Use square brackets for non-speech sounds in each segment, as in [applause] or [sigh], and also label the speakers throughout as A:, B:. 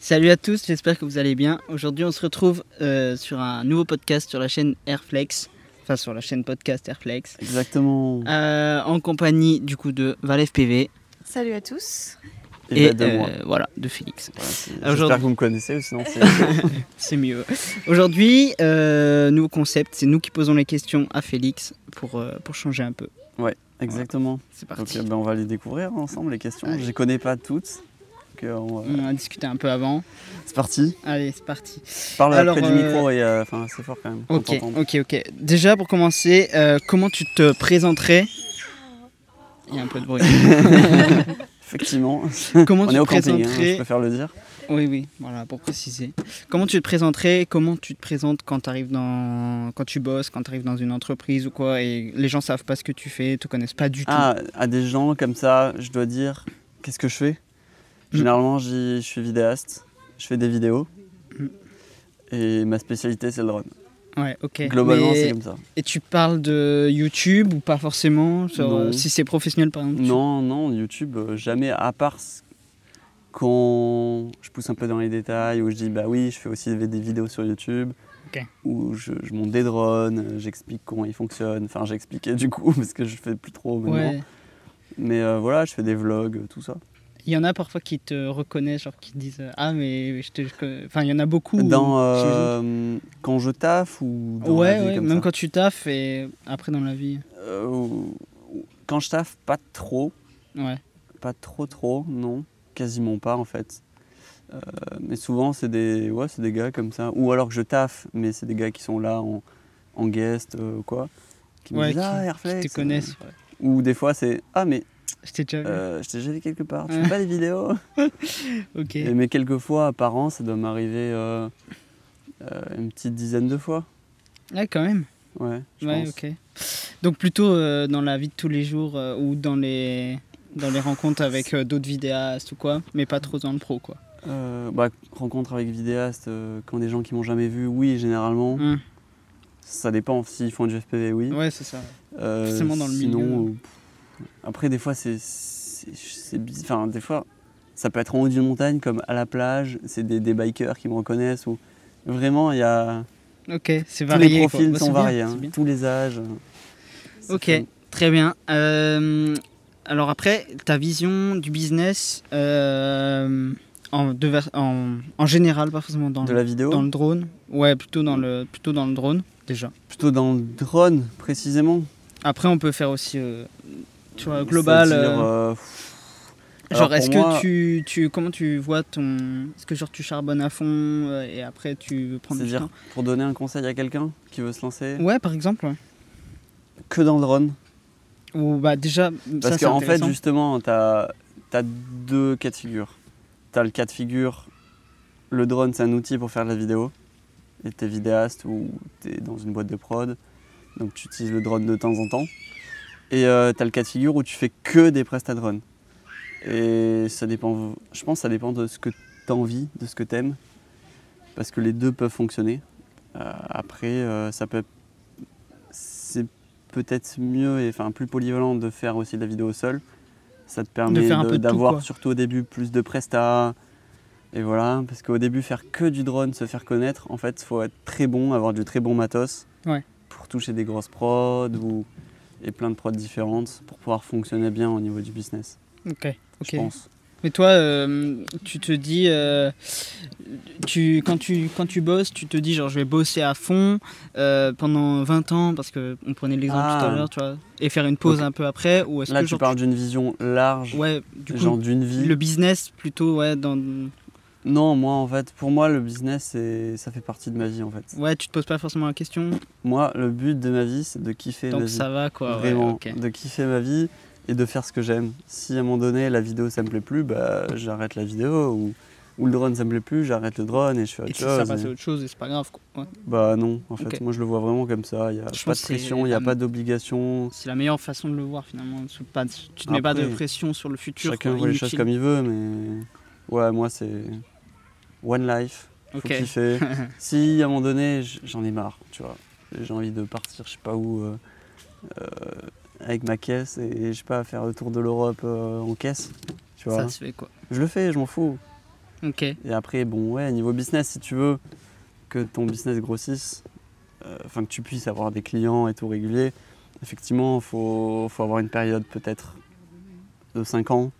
A: Salut à tous, j'espère que vous allez bien. Aujourd'hui, on se retrouve euh, sur un nouveau podcast sur la chaîne Airflex, enfin sur la chaîne podcast Airflex,
B: Exactement.
A: euh, en compagnie du coup de Valef PV
C: Salut à tous.
A: et,
B: Et, bah, de moi.
A: euh, voilà de Félix.
B: Voilà, c'est-
A: aujourd'hui-
B: J'espère que vous me connaissez, ou sinon
A: [laughs]
B: c'est
A: C'est mieux. Aujourd'hui, euh, nouveau concept, c'est nous qui posons les questions à Félix pour euh, pour changer un peu.
B: exactement.
A: C'est
B: Donc
A: parti.
B: euh, bah, on va les découvrir ensemble les questions.
A: Allez. Mm.
B: Je les connais pas toutes. Donc, euh, on va-
A: On en a discuté un peu avant.
B: C'est parti.
A: Allez, c'est parti.
B: Parle
A: Alors,
B: près du
A: euh,
B: micro et euh, enfin c'est fort quand même. qu'on
A: Ok,
B: t'entende.
A: ok, ok. Déjà pour commencer, euh, comment tu te présenterais Il y a un peu
B: [laughs]
A: de bruit.
B: Effectivement.
A: comment
B: [laughs] on
A: tu
B: est
A: te
B: au camping, hein,
A: présenterais
B: je préfère le dire.
A: Oui, oui, voilà, pour préciser. Comment tu te présenterais Comment tu te présentes quand tu arrives dans, quand tu bosses, quand tu arrives dans une entreprise ou quoi Et les gens savent pas ce que tu fais, te connaissent pas du tout.
B: Ah, à des gens comme ça, je dois dire qu'est-ce que je fais
A: Mm.
B: Généralement, j'y- je suis vidéaste, je fais des vidéos.
A: Mm.
B: Et ma spécialité, c'est le drone.
A: Ouais, ok.
B: Globalement,
A: Mais-
B: c'est comme ça.
A: Et tu parles de YouTube ou pas forcément sur,
B: Non.
A: euh, Si c'est professionnel, par exemple. tu-
B: Non, non, YouTube, euh, jamais, à part s- quand je pousse un peu dans les détails, où je dis, bah oui, je fais aussi des des vidéos sur YouTube,
A: Ok.
B: où je, je monte des drones, euh, j'explique comment ils fonctionnent, enfin j'expliquais [laughs] du coup, parce que je fais plus trop maintenant.
A: Ouais.
B: Mais euh, voilà, je fais des vlogs, euh, tout ça.
A: Il y en a parfois qui te reconnaissent, genre qui te disent euh, Ah, mais je te. je connais- Enfin, il y en a beaucoup.
B: Dans, euh,
A: j'imagine.
B: quand je taffe ou dans
A: ouais,
B: la vie
A: ouais,
B: comme
A: même
B: ça.
A: quand tu taffes et après dans la vie.
B: Euh, ou- ou- quand je taffe, pas trop,
A: Ouais.
B: Pas trop trop, non. Quasiment pas en fait. Euh, mais souvent c'est des, ouais, c'est des gars comme ça. Ou alors que je taffe, mais c'est des gars qui sont là en, en guest euh, ou quoi. Qui me
A: ouais,
B: disent
A: qui-
B: Ah,
A: qui
B: Airflex,
A: te
B: euh.
A: connaissent. ouais.
B: Ou des fois c'est Ah mais
A: Je t'ai déjà vu.
B: euh, je t'ai déjà vu quelque part, tu
A: Ouais.
B: fais pas
A: [laughs]
B: des vidéos
A: ok.
B: Et- Mais quelquefois par an ça doit m'arriver euh, euh, une petite dizaine de fois.
A: Ouais, quand même.
B: Ouais, je
A: Ouais,
B: pense.
A: ok. Donc plutôt euh, dans la vie de tous les jours euh, ou dans les dans les rencontres avec euh, d'autres vidéastes ou quoi, mais pas trop dans le pro quoi.
B: Euh, bah, rencontre avec vidéaste, euh, quand des gens qui m'ont jamais vu, oui généralement.
A: Hum.
B: Ça dépend s'ils font du FPV, oui.
A: Ouais, c'est ça.
B: Euh,
A: Forcément dans le
B: sinon,
A: milieu.
B: euh, pff, après, des fois, c'est. c'est- c'est bi- Enfin, des fois, ça peut être en haut d'une montagne, comme à la plage, c'est des, des bikers qui me reconnaissent. Ou... Vraiment, il y a.
A: Ok, c'est
B: Tous
A: varié.
B: les
A: quoi.
B: profils
A: Bah, c'est
B: sont
A: bien,
B: variés,
A: c'est
B: hein,
A: bien.
B: tous les âges. C'est
A: Ok,
B: fun.
A: très bien. Euh, alors après, ta vision du business euh, en, de vers- en, en général, pas forcément dans
B: De
A: le,
B: la vidéo
A: dans le drone. Ouais, plutôt dans le plutôt dans le drone déjà.
B: Plutôt dans le drone, précisément.
A: Après, on peut faire aussi euh, tu vois,
B: C'est-à-dire,
A: global. euh,
B: euh, pff, alors
A: Genre,
B: pour
A: est-ce
B: moi,
A: que tu, tu. Comment tu vois ton. Est-ce que genre tu charbonnes à fond euh, et après tu veux prendre du
B: C'est-à-dire,
A: temps
B: pour donner un conseil à quelqu'un qui veut se lancer,
A: Ouais, par exemple. ouais.
B: que dans le drone
A: Ou bah déjà.
B: Parce
A: ça, c'est
B: qu'en fait,
A: intéressant.
B: justement, tu as, deux cas de figure. Tu as le cas de figure, le drone, c'est un outil pour faire de la vidéo. Et tu es vidéaste ou tu es dans une boîte de prod. Donc tu utilises le drone de temps en temps. Et tu as le cas de figure où tu fais que des prestats drone. Et ça dépend, je pense que ça dépend de ce que tu as envie, de ce que tu aimes. Parce que les deux peuvent fonctionner. Euh, après, euh, ça peut. C'est peut-être mieux et enfin plus polyvalent de faire aussi de la vidéo seul. Ça te permet
A: faire un peu
B: de-
A: de tout,
B: d'avoir
A: quoi.
B: surtout au début plus de prestats. Et voilà, parce qu'au début, faire que du drone, se faire connaître, en fait, faut être très bon, avoir du très bon matos
A: Ouais.
B: pour toucher des grosses prods ou et plein de prods différentes pour pouvoir fonctionner bien au niveau du business,
A: Ok. ok.
B: je pense.
A: Mais toi, euh, tu te dis. euh, tu, quand, tu, quand tu bosses, tu te dis genre je vais bosser à fond euh, pendant 20 ans, parce qu'on prenait l'exemple tout à
B: Ah.
A: l'heure, tu vois, et faire une pause
B: Donc,
A: un peu après. Ou est-ce
B: Là,
A: que
B: tu
A: genre,
B: parles d'une vision large,
A: Ouais, du coup,
B: genre d'une vie.
A: le business plutôt, ouais, dans.
B: Non, moi, en fait, pour moi, le business, c'est- ça fait partie de ma vie, en fait.
A: Ouais, tu te poses pas forcément la question,
B: Moi, le but de ma vie, c'est de kiffer
A: donc
B: ma vie.
A: ça va quoi. ouais,
B: Vraiment,
A: ok.
B: de kiffer ma vie et de faire ce que j'aime. Si à un moment donné, la vidéo, ça me plaît plus, bah, j'arrête la vidéo. Ou, ou le drone, ça me plaît plus, j'arrête le drone et je fais autre
A: Et si
B: chose.
A: ça
B: et-
A: passe à autre chose, et c'est pas grave. Quoi. Ouais.
B: Bah non, en fait,
A: Ok.
B: moi je le vois vraiment comme ça. Il n'y a
A: Je
B: pas
A: pense que
B: de
A: c'est
B: pression, il n'y a
A: la-
B: pas d'obligation.
A: C'est la meilleure façon de le voir finalement. C'est Pas, tu te mets pas de
B: Après,
A: pression sur le futur.
B: Chacun
A: quoi,
B: voit les choses
A: inutile.
B: comme il veut, mais ouais, moi c'est one life. Faut
A: Ok. [laughs]
B: kiffer. si à un moment donné, j- j'en ai marre, tu vois, j'ai envie de partir, je sais pas où, euh, euh, avec ma caisse et, et je sais pas faire le tour de l'Europe euh, en caisse, tu vois.
A: Ça se fait quoi.
B: Je le fais, je m'en fous.
A: Ok.
B: Et après, bon, ouais, niveau business, si tu veux que ton business grossisse, euh, enfin que tu puisses avoir des clients et tout régulier, effectivement, il faut, faut avoir une période peut-être de 5 ans.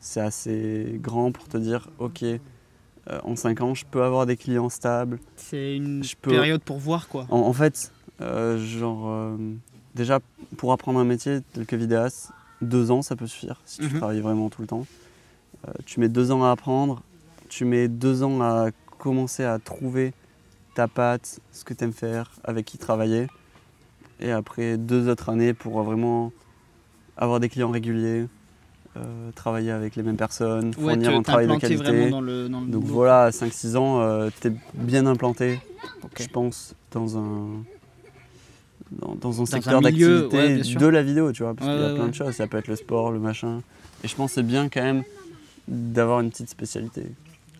B: C'est assez grand pour te dire, ok, euh, en 5 ans, je peux avoir des clients stables.
A: C'est une
B: Je peux-
A: période pour voir quoi.
B: En, en fait, euh, genre, euh, déjà, pour apprendre un métier tel que vidéaste, deux ans, ça peut suffire si tu
A: Mhm.
B: travailles vraiment tout le temps. Euh, tu mets deux ans à apprendre, tu mets deux ans à commencer à trouver ta patte, ce que tu aimes faire, avec qui travailler. Et après, deux autres années pour vraiment avoir des clients réguliers, euh, travailler avec les mêmes personnes,
A: Ouais,
B: fournir
A: te-
B: un travail de
A: t'implanter
B: qualité.
A: vraiment dans le, dans le
B: Donc
A: boulot.
B: voilà, 5-6 ans, euh, t'es bien implanté,
A: Ok.
B: je pense, dans un, dans, dans un
A: un
B: secteur
A: milieu,
B: d'activité
A: ouais, bien sûr.
B: de la vidéo, tu vois, parce
A: Ouais,
B: qu'il y a
A: ouais,
B: plein
A: ouais.
B: de choses, ça peut être le sport, le machin. Et je pense que c'est bien quand même d'avoir une petite spécialité.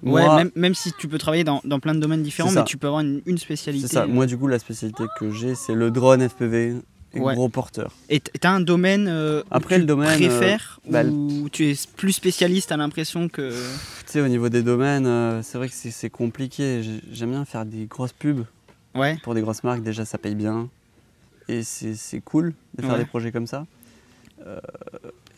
A: Ouais,
B: Moi,
A: même, même si tu peux travailler dans, dans plein de domaines différents,
B: C'est ça.
A: mais tu peux avoir une, une spécialité.
B: c'est ça. Moi, du coup, la spécialité que j'ai, c'est le drone FPV, et
A: Ouais.
B: gros porteur.
A: Et t- t'as un domaine euh, où
B: Après,
A: tu
B: le domaine, euh,
A: préfères
B: bah, le-
A: où tu es plus spécialiste à l'impression que
B: Pff, Tu sais, au niveau des domaines, euh, c'est vrai que c'est- c'est compliqué. J'ai- J'aime bien faire des grosses pubs.
A: ouais
B: pour des grosses marques, déjà ça paye bien. Et c'est c'est cool de faire
A: Ouais.
B: des projets comme ça. Euh,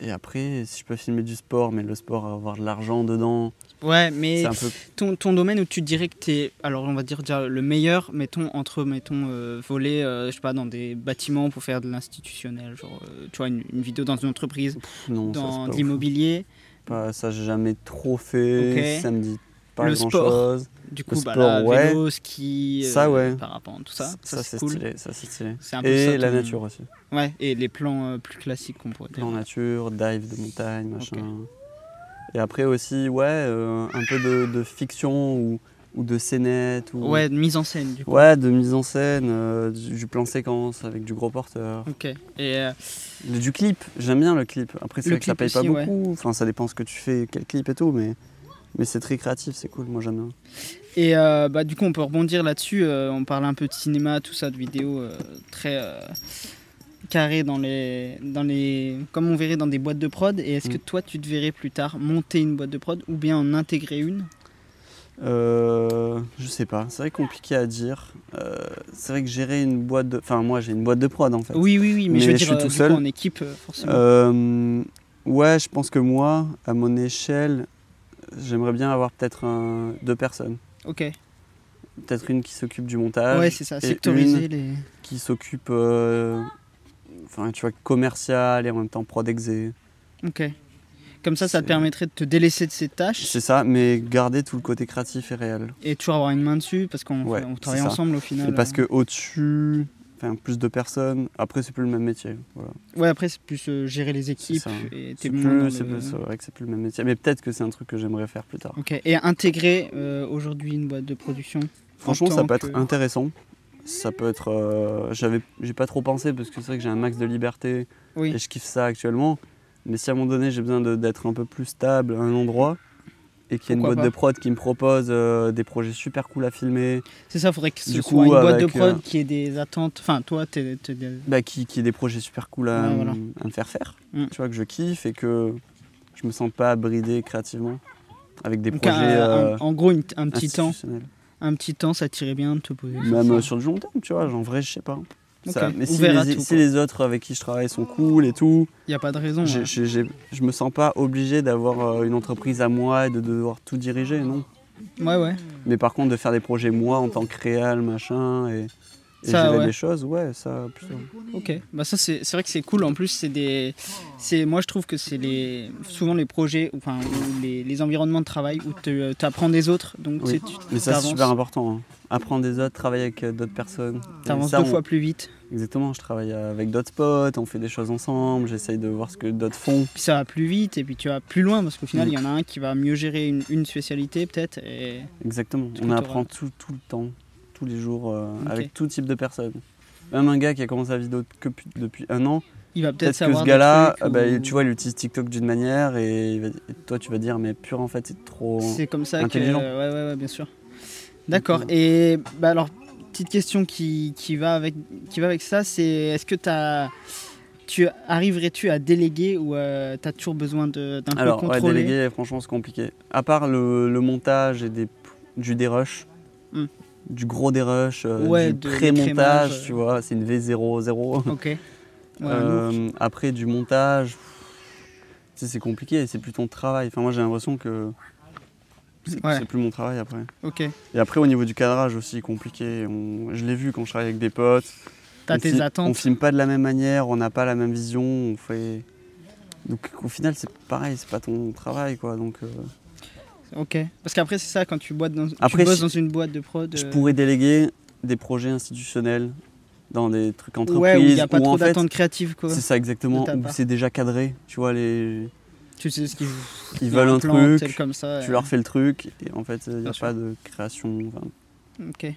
B: et après, si je peux filmer du sport, mais le sport, avoir de l'argent dedans,
A: ouais mais
B: c'est un peu.
A: ton, ton domaine où tu dirais que t'es alors on va dire déjà le meilleur mettons entre mettons euh, voler euh, je sais pas dans des bâtiments pour faire de l'institutionnel genre euh, tu vois une, une vidéo dans une entreprise
B: Non, ça,
A: dans
B: c'est
A: de
B: pas ouf.
A: l'immobilier
B: Pas- ça, j'ai jamais trop fait.
A: Ok.
B: Ça me dit pas
A: Le
B: grand
A: sport.
B: chose.
A: du coup bah
B: sport,
A: là
B: ouais.
A: vélo ski euh,
B: Ça, ouais.
A: parapente tout ça ça, c'est
B: c'est
A: cool
B: stylé. Ça, c'est stylé.
A: c'est un peu
B: Et
A: ça,
B: la
A: ton-
B: nature aussi.
A: ouais et les plans euh, plus classiques qu'on pourrait dire
B: En nature, dive de montagne, machin. Et après aussi, ouais, euh, un peu de, de fiction ou, ou de scénette. Ou...
A: ouais de mise en scène du coup
B: Ouais, de mise en scène, euh, du, du plan séquence avec du gros porteur,
A: ok et euh,
B: Le- du clip. J'aime bien le clip. Après, c'est
A: Le
B: vrai que ça
A: clip
B: paye pas
A: aussi, ouais.
B: beaucoup. Enfin, ça dépend ce que tu fais, quel clip et tout, mais mais c'est très créatif, c'est cool. Moi, j'aime bien.
A: Et euh, bah, du coup, on peut rebondir là-dessus. euh, on parle un peu de cinéma, tout ça, de vidéos euh, très euh, carrées dans les, dans les. Comme on verrait dans des boîtes de prod. Et est-ce que
B: Mm.
A: toi, tu te verrais plus tard monter une boîte de prod ou bien en intégrer une
B: Euh, je sais pas. C'est vrai compliqué à dire. Euh, c'est vrai que gérer une boîte de. Enfin, moi, j'ai une boîte de prod en fait.
A: Oui, oui, oui, mais, je veux
B: Euh, Mais je
A: dire,
B: suis
A: euh,
B: tout
A: du
B: seul.
A: coup, en équipe, euh, forcément.
B: Euh, ouais, je pense que moi, à mon échelle, j'aimerais bien avoir peut-être un- deux personnes.
A: ok.
B: Peut-être une qui s'occupe du montage.
A: ouais, c'est ça,
B: euh, et
A: sectoriser
B: une-
A: les.
B: qui s'occupe, euh, enfin tu vois, commercial et en même temps prod exé.
A: Ok. Comme ça, ça te
B: C'est-
A: permettrait de te délaisser de ces tâches
B: C'est ça, mais garder tout le côté créatif et réel.
A: et toujours avoir une main dessus parce qu'on
B: Ouais,
A: on travaille
B: c'est ça.
A: ensemble au final.
B: Et parce
A: euh.
B: que au-dessus, enfin plus de personnes, après c'est plus le même métier. Voilà.
A: Ouais, après, c'est plus euh, gérer les équipes
B: ça.
A: et t'es
B: C'est
A: moins dans
B: plus, c'est
A: le-
B: plus- c'est vrai que c'est plus le même métier. Mais peut-être que c'est un truc que j'aimerais faire plus tard.
A: Ok, et intégrer euh, aujourd'hui une boîte de production
B: Franchement, ça
A: tant
B: peut
A: que-
B: être intéressant. Ça peut être. euh, j'avais, j'ai pas trop pensé parce que c'est vrai que j'ai un max de liberté
A: Oui.
B: et je kiffe ça actuellement. Mais si à un moment donné j'ai besoin de- d'être un peu plus stable à un endroit et qu'il y a une
A: Pourquoi
B: boîte de prod qui me propose euh, des projets super cool à filmer,
A: C'est ça, faudrait que ce
B: Du
A: soit une
B: coup,
A: boîte de
B: avec,
A: prod
B: euh,
A: qui ait des attentes. Enfin, toi, t'es. t'es des-
B: bah, qui, qui ait des projets super cool à,
A: Ouais,
B: m-
A: voilà.
B: à me faire faire,
A: Mm.
B: tu vois, que je kiffe et que je me sens pas bridé créativement avec des
A: Donc, un-
B: projets.
A: un-
B: euh,
A: en gros, une- un petit temps,
B: institutionnels.
A: un petit temps, ça tirait bien de te poser. sur
B: Même
A: ça.
B: euh, sur du long terme, tu vois, genre, en vrai, je sais pas. Ça-
A: Ok,
B: mais si,
A: ouvert à
B: les,
A: tout,
B: si
A: quoi.
B: les autres avec qui je travaille sont cool et tout,
A: y a pas de raison. hein.
B: Je,
A: ouais.
B: je, j'ai- je me sens pas obligé d'avoir euh, une entreprise à moi et de devoir tout diriger, non.
A: Ouais, ouais.
B: Mais par contre, de faire des projets moi en tant que réal, machin, et, et
A: Ça,
B: gérer
A: ouais.
B: des choses, ouais, ça, putain.
A: Ok, bah ça c'est c'est vrai que c'est cool. En plus, c'est des, c'est moi je trouve que c'est les souvent les projets, enfin ou les, les environnements de travail où tu apprends des autres, donc tu sais,
B: Oui.
A: tu
B: Mais ça, c'est
A: t'avances-
B: super important. hein. Apprendre des autres, travailler avec euh, d'autres personnes.
A: t'avances
B: Ça,
A: deux
B: on-
A: fois plus vite.
B: Exactement, je travaille euh, avec d'autres potes, on fait des choses ensemble, j'essaye de voir ce que d'autres font.
A: puis ça va plus vite et puis tu vas plus loin parce qu'au final
B: Mm.
A: il y en a un qui va mieux gérer une, une spécialité peut-être et
B: Exactement,
A: Parce que
B: on
A: t'auras-
B: apprend tout, tout le temps, tous les jours, euh,
A: Ok.
B: avec tout type de personnes. Même un gars qui a commencé la vidéo que pu- depuis un an,
A: il va peut-être
B: Peut-être que
A: savoir
B: ce
A: des
B: gars-là,
A: trucs
B: ah bah,
A: ou-
B: tu vois, il utilise TikTok d'une manière et, il va- et toi, tu vas dire, mais pur, en fait, c'est trop.
A: c'est comme ça que ouais
B: intelligent.
A: ouais ouais bien sûr d'accord
B: Donc, euh,
A: et bah alors petite question qui, qui va avec qui va avec ça c'est est-ce que tu as tu arriverais-tu à déléguer ou tu t'as toujours besoin de- d'un peu
B: hein. Alors, ouais,
A: contrôler
B: déléguer, franchement, c'est compliqué. À part le, le montage et des, du dérush,
A: Hmm.
B: du gros dérush, euh,
A: Ouais,
B: du
A: de-
B: pré-montage,
A: crémage,
B: tu vois, c'est une V00.
A: Ok. Ouais,
B: Euh, après, du montage, pff, tu sais, c'est compliqué, c'est plus ton travail. Enfin, moi, j'ai l'impression que c'est
A: Ouais.
B: c'est plus mon travail après.
A: nous, ok.
B: Et après, au niveau du cadrage aussi, compliqué. On- je l'ai vu quand je travaille avec des potes.
A: T'as
B: On
A: tes
B: filme- On
A: attentes.
B: filme pas de la même manière, on n'a pas la même vision, on fait. Donc au final, c'est pareil, c'est pas ton travail quoi. Donc euh,
A: Ok. Parce qu'après, c'est ça, quand tu, boites dans, tu
B: Après,
A: bosses
B: si-
A: dans une boîte de prod.
B: je
A: euh,
B: pourrais déléguer des projets institutionnels dans des trucs entreprises
A: Ouais, où il n'y a pas
B: où, en
A: trop
B: fait,
A: d'attentes créatives, quoi.
B: c'est ça exactement,
A: de ta
B: où
A: part.
B: c'est déjà cadré. Tu vois, les...
A: Tu sais ce qu'ils
B: ils veulent un
A: plan, tel
B: truc,
A: comme ça.
B: tu
A: euh,
B: leur fais le truc, et en fait, il n'y
A: Bien
B: a
A: sûr.
B: pas de création. enfin,
A: Ok.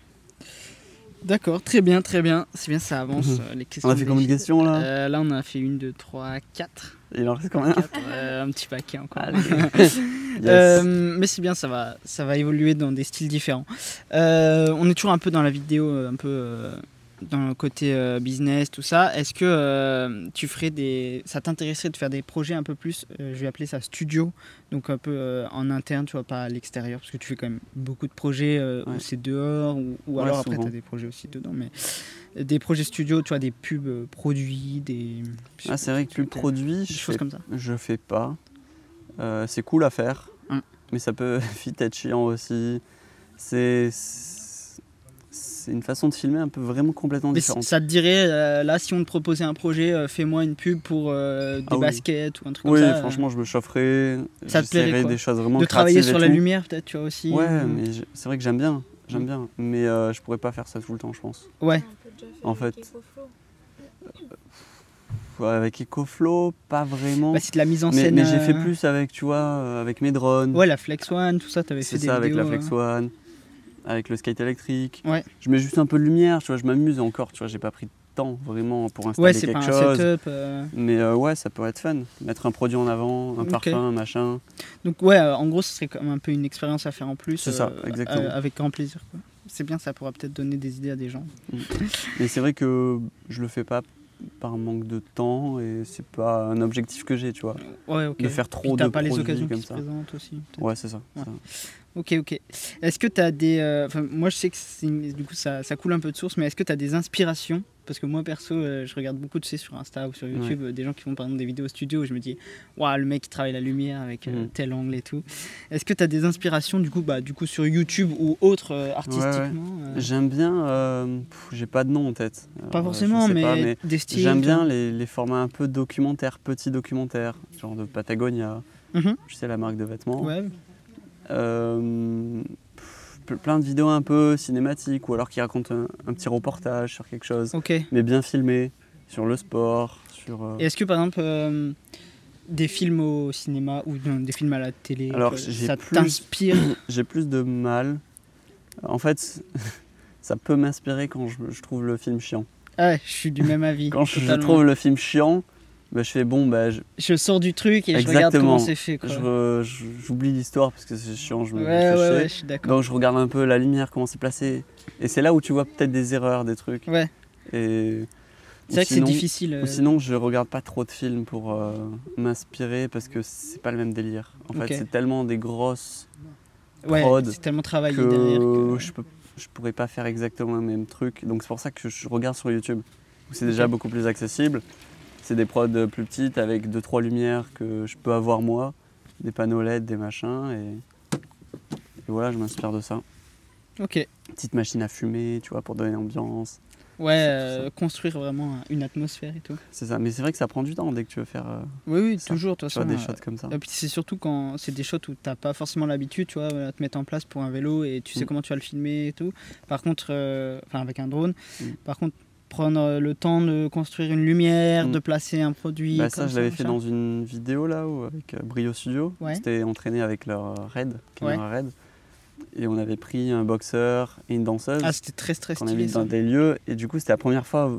A: D'accord, très bien, très bien. C'est bien, ça avance.
B: Mhm.
A: euh, les questions
B: on a fait
A: des-
B: combien de questions là
A: Euh, Là, on a fait une, deux, trois, quatre.
B: Il en reste combien
A: Quatre, euh, un petit paquet encore.
B: Allez.
A: [laughs]
B: Yes.
A: Euh, mais c'est bien, ça va, ça va évoluer dans des styles différents. Euh, on est toujours un peu dans la vidéo, euh, un peu euh, dans le côté euh, business, tout ça. Est-ce que euh, tu ferais des. Ça t'intéresserait de faire des projets un peu plus, euh, je vais appeler ça studio, donc un peu euh, en interne, tu vois, pas à l'extérieur, parce que tu fais quand même beaucoup de projets euh,
B: Ouais.
A: où c'est dehors, ou, ou
B: Ouais,
A: alors après
B: souvent.
A: tu as des projets aussi dedans, mais euh, des projets studio, tu vois, des pubs euh, produits, des.
B: Ah, c'est vrai que plus produit,
A: Des
B: je
A: choses
B: fais
A: comme ça.
B: Je fais pas. Euh, c'est cool à faire,
A: Hum.
B: mais ça peut [laughs] vite être chiant aussi. C'est c'est une façon de filmer un peu vraiment complètement
A: Mais c-
B: différente.
A: ça te dirait, euh, là, si on te proposait un projet, euh, fais-moi une pub pour euh, des
B: Ah oui.
A: baskets ou un truc
B: Oui,
A: comme ça. euh,
B: franchement, je me chaufferais.
A: Ça te plairait,
B: j'essaierais
A: quoi.
B: des choses vraiment
A: de travailler
B: créatives et
A: sur la Mm.
B: tout.
A: lumière, peut-être, tu vois aussi.
B: Ouais,
A: ou-
B: mais j'ai- c'est vrai que j'aime bien, j'aime bien, mais euh, je pourrais pas faire ça tout le temps, je pense.
A: Ouais,
C: On peut déjà faire
B: En
C: avec
B: fait.
C: EcoFlow.
B: Ouais, Avec EcoFlow, pas vraiment.
A: Bah, c'est de la mise en
B: mais
A: scène.
B: mais j'ai fait
A: euh,
B: plus avec, tu vois, euh, avec mes drones.
A: Ouais, la Flex One, tout ça, t'avais fait
B: C'est
A: des
B: ça, avec la
A: vidéos,
B: Flex
A: euh,
B: One, avec le skate électrique.
A: Ouais.
B: Je mets juste un peu de lumière, tu vois, je m'amuse encore, tu vois, j'ai pas pris de temps vraiment pour installer
A: Ouais, c'est
B: quelque
A: pas un
B: chose.
A: setup. euh,
B: Mais euh, ouais, ça peut être fun. Mettre un produit en avant, un
A: Ok.
B: parfum, un machin.
A: Donc, ouais, euh, en gros, ce serait comme un peu une expérience à faire en plus.
B: C'est ça, exactement.
A: euh, avec grand plaisir. quoi. C'est bien, ça pourra peut-être donner des idées à des gens.
B: Mais c'est vrai que je le fais pas par manque de temps et c'est pas un objectif que j'ai, tu vois.
A: Ouais, ok.
B: De faire trop
A: Puis
B: de
A: t'as pas les
B: produits
A: occasions
B: comme
A: qui se
B: ça.
A: présentent aussi. peut-être.
B: Ouais, c'est ça.
A: Ouais.
B: ça.
A: Ok, ok. Est-ce que tu as des. euh, Enfin, moi, je sais que c'est une- du coup, ça, ça coule un peu de source, mais est-ce que tu as des inspirations Parce que moi, perso, euh, je regarde beaucoup, de sais, sur Insta ou sur YouTube, euh, des gens qui font par exemple des vidéos au studio où je me dis, waouh, le mec qui travaille la lumière avec euh,
B: Mm.
A: tel angle et tout. Est-ce que tu as des inspirations, du coup, bah, du coup, sur YouTube ou autre euh, artistiquement euh,
B: J'aime bien, euh, pff, j'ai pas de nom en tête. Alors, euh,
A: Pas
B: je
A: forcément,
B: sais
A: mais,
B: pas, mais
A: des styles.
B: j'aime
A: tu
B: bien les, les formats un peu documentaires, petits documentaires, genre de Patagonia,
A: vois. Mhm.
B: je sais la marque de vêtements.
A: Ouais,
B: Euh, pff, plein de vidéos un peu cinématiques ou alors qui racontent un, un petit reportage sur quelque chose,
A: ok. Et
B: mais bien filmé, sur le sport, sur. euh,
A: est-ce que par exemple. euh, des films au cinéma ou non, des films à la télé, que
B: Alors, j'ai
A: ça
B: plus-
A: t'inspire
B: [coughs] J'ai plus de mal. En fait, [laughs] ça peut m'inspirer quand je, je trouve le film chiant.
A: Ouais, je suis du même avis.
B: Quand je, je
A: totalement.
B: trouve le film chiant, bah, je fais bon, bah, je-
A: je sors du truc et je regarde
B: Exactement.
A: comment c'est fait. Quoi.
B: je re- je- j'oublie l'histoire parce que c'est chiant, je me
A: Ouais,
B: fais
A: ouais,
B: chier.
A: ouais, je suis d'accord.
B: Donc je regarde un peu la lumière, comment c'est placé. Et c'est là où tu vois peut-être des erreurs, des trucs.
A: Ouais.
B: Et...
A: C'est vrai que c'est
B: Sinon-
A: difficile. euh,
B: Ou sinon, je regarde pas trop de films pour euh, m'inspirer parce que c'est pas le même délire. En
A: Ok.
B: fait, c'est tellement des grosses
A: euh, ouais,
B: prod
A: c'est tellement travaillé derrière.
B: que
A: que-
B: je, peux, je pourrais pas faire exactement le même truc. Donc c'est pour ça que je regarde sur YouTube où c'est déjà
A: Ok.
B: beaucoup plus accessible. C'est des prods plus petites avec deux trois lumières que je peux avoir moi, des panneaux LED, des machins et, et voilà, je m'inspire de ça.
A: Ok,
B: Petite machine à fumer, tu vois, pour donner l'ambiance.
A: ouais,
B: tout
A: euh, construire vraiment euh, une atmosphère et tout.
B: C'est ça. Mais c'est vrai que ça prend du temps dès que tu veux faire euh,
A: Oui, oui,
B: Ça,
A: toujours, de toute
B: tu vois,
A: façon.
B: des
A: euh,
B: shots comme ça.
A: et puis c'est surtout quand c'est des shots où t'as pas forcément l'habitude, tu vois, voilà, te mettre en place pour un vélo et tu sais
B: Mm.
A: comment tu vas le filmer et tout. Par contre, euh, enfin avec un drone,
B: Mm.
A: par contre prendre euh, le temps de construire une lumière,
B: Mm.
A: de placer un produit.
B: Bah ça,
A: comme
B: je l'avais fait
A: machin.
B: dans une vidéo là où, avec euh, Brio Studio.
A: Ouais.
B: C'était entraîné avec leur euh, RAID, caméra RAID. Et on avait pris un boxeur et une danseuse
A: Ah, c'était très très
B: qu'on a mis
A: stylé.
B: dans
A: Ça.
B: des lieux. Et du coup, c'était la première fois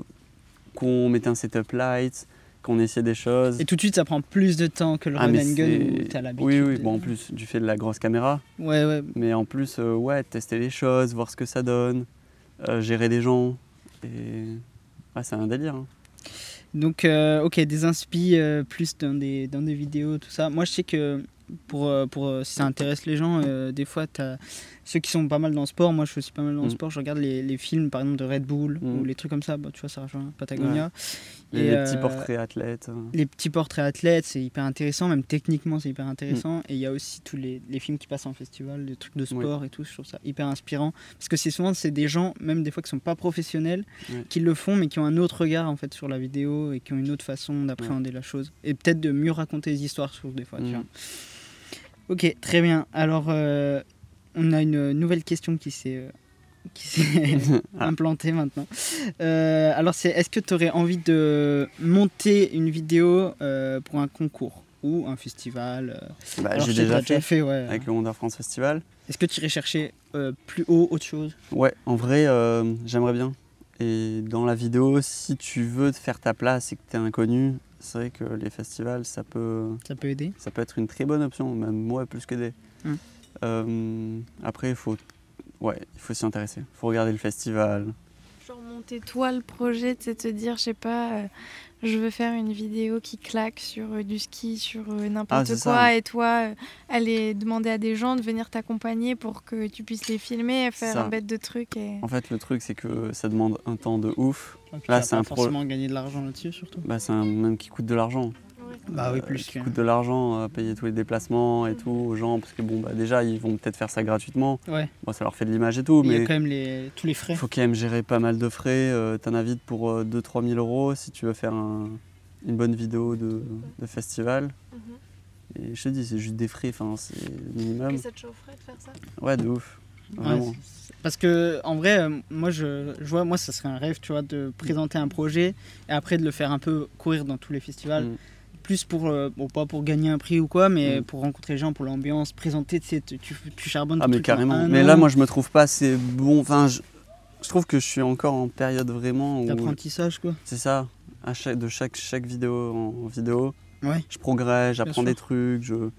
B: qu'on mettait un setup light, qu'on essayait des choses.
A: Et tout de suite, ça prend plus de temps que le
B: Ah,
A: run
B: mais
A: and gun
B: c'est-
A: où t'as l'habitude.
B: Oui, oui,
A: de-
B: bon, en plus du fait de la grosse caméra.
A: Ouais, ouais.
B: Mais en plus, euh, ouais, tester les choses, voir ce que ça donne, euh, gérer des gens. Et ouais, c'est un délire. hein.
A: Donc, euh, ok, des inspi euh, plus dans des, dans des vidéos, tout ça. Moi, je sais que pour, euh, pour euh,
B: Mmh.
A: si ça intéresse les gens, euh, des fois, t'as ceux qui sont pas mal dans le sport. Moi, je suis aussi pas mal dans le
B: Mm.
A: sport. Je regarde les, les films, par exemple, de Red Bull
B: Mm.
A: ou les trucs comme ça. Bah, tu vois, ça rejoint Patagonia.
B: Les,
A: Et,
B: les petits
A: euh,
B: portraits athlètes. hein.
A: Les petits portraits athlètes, c'est hyper intéressant. Même techniquement, c'est hyper intéressant.
B: Mmh.
A: Et il y a aussi tous les, les films qui passent en festival, les trucs de
B: Oui.
A: sport et tout. Je trouve ça hyper inspirant. Parce que c'est souvent c'est des gens, même des fois, qui sont pas professionnels,
B: Ouais.
A: qui le font, mais qui ont un autre regard en fait sur la vidéo et qui ont une autre façon d'appréhender la chose. Et peut-être de mieux raconter les histoires, je trouve, des fois. tu
B: Mm.
A: vois. Ok, très bien. Alors, euh, on a une nouvelle question qui s'est euh, qui s'est
B: [laughs] Ah.
A: implantée maintenant. Euh, alors, c'est est-ce que tu aurais envie de monter une vidéo euh, pour un concours ou un festival euh,
B: Bah,
A: alors,
B: J'ai
A: je sais que
B: déjà
A: t'as
B: fait
A: ouais.
B: avec le Wonder France Festival.
A: Est-ce que tu irais chercher euh, plus haut autre chose
B: Ouais, en vrai, euh, j'aimerais bien. Et dans la vidéo, si tu veux te faire ta place et que t'es inconnu, c'est vrai que les festivals, ça peut,
A: Ça peut aider
B: ça peut être une très bonne option, même moi plus qu'aider.
A: Mm.
B: Euh, après, il faut, ouais, il faut s'y intéresser. Il faut regarder le festival.
C: Genre monter toi le projet, c'est de te dire, je sais pas, euh, je veux faire une vidéo qui claque sur euh, du ski, sur euh,
B: Ah,
C: n'importe
B: c'est
C: quoi,
B: ça.
C: et toi, euh, aller demander à des gens de venir t'accompagner pour que tu puisses les filmer, et faire
B: Ça.
C: un bête de truc. Et...
B: En fait, le truc, c'est que ça demande un temps de ouf.
A: Et puis,
B: Là,
A: t'as
B: c'est
A: pas
B: un pro-
A: forcément gagner de l'argent là-dessus, surtout.
B: Bah, c'est un même qui coûte de l'argent.
A: Bah oui,
B: Euh,
A: plus
B: qui
A: que- Hmm.
B: coûte de l'argent, euh, payer tous les déplacements et tout aux gens, parce que bon, bah déjà, ils vont peut-être faire ça gratuitement.
A: Ouais,
B: Bon, ça leur fait de l'image et tout,
A: mais il y
B: mais
A: a quand même les... tous les frais.
B: il faut quand même gérer pas mal de frais. Euh, T'en as vite pour euh, 2-3 000 euros si tu veux faire un- une bonne vidéo de, de festival.
C: mm-hmm.
B: Et je te dis, c'est juste des frais, enfin, c'est minimum.
C: ça te chaufferait de faire ça
B: Ouais, de ouf.
A: Ouais,
B: Vraiment.
A: c'est- c'est- Parce que en vrai, euh, moi je, je vois, moi ça serait un rêve, tu vois, de présenter un projet et après de le faire un peu courir dans tous les festivals.
B: Mm.
A: Plus pour, euh, bon, pas pour gagner un prix ou quoi, mais
B: Mm.
A: pour rencontrer les gens, pour l'ambiance, présenter, tu sais, tu, tu, tu charbonnes.
B: Ah
A: ton
B: mais
A: truc en
B: carrément.
A: un
B: Mais
A: an
B: là moi je me trouve pas assez bon. Enfin je, je trouve que je suis encore en période vraiment où
A: d'apprentissage quoi.
B: c'est ça. À chaque, de chaque chaque vidéo en, en vidéo,
A: Ouais.
B: je progresse, j'apprends
A: sûr.
B: des trucs. Je...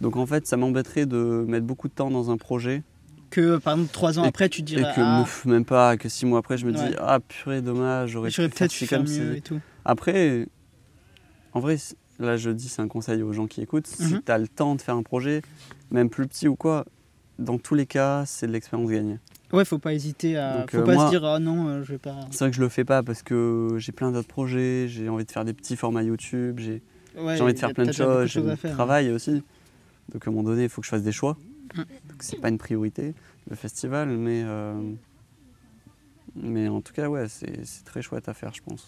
B: Donc en fait ça m'embêterait de mettre beaucoup de temps dans un projet
A: Que par exemple, trois ans
B: Et-
A: après, tu
B: et
A: dirais,
B: que
A: ah,
B: meuf, euh, même pas que six mois après je me
A: Ouais.
B: dis ah purée dommage j'aurais
A: j'aurais
B: pu faire
A: peut-être
B: ci
A: fait
B: comme ci.
A: mieux et tout.
B: Après en vrai c'est- là je dis c'est un conseil aux gens qui écoutent
A: Mhm.
B: si t'as le temps de faire un projet même plus petit ou quoi dans tous les cas c'est de l'expérience gagnée.
A: Ouais, faut pas hésiter à.
B: Donc,
A: faut
B: euh,
A: pas
B: moi-
A: se dire, ah non, euh, je vais pas.
B: C'est vrai que je le fais pas parce que j'ai plein d'autres projets, j'ai envie de faire des petits formats YouTube, j'ai
A: Ouais,
B: j'ai envie de
A: il y a
B: faire plein de
A: peut-être beaucoup
B: choses, j'ai
A: à
B: mon
A: faire. hein.
B: travail aussi. Donc à un moment donné, il faut que je fasse des choix.
A: Mm.
B: Donc c'est pas une priorité, le festival, mais, euh, mais en tout cas, ouais, c'est c'est très chouette à faire, je pense.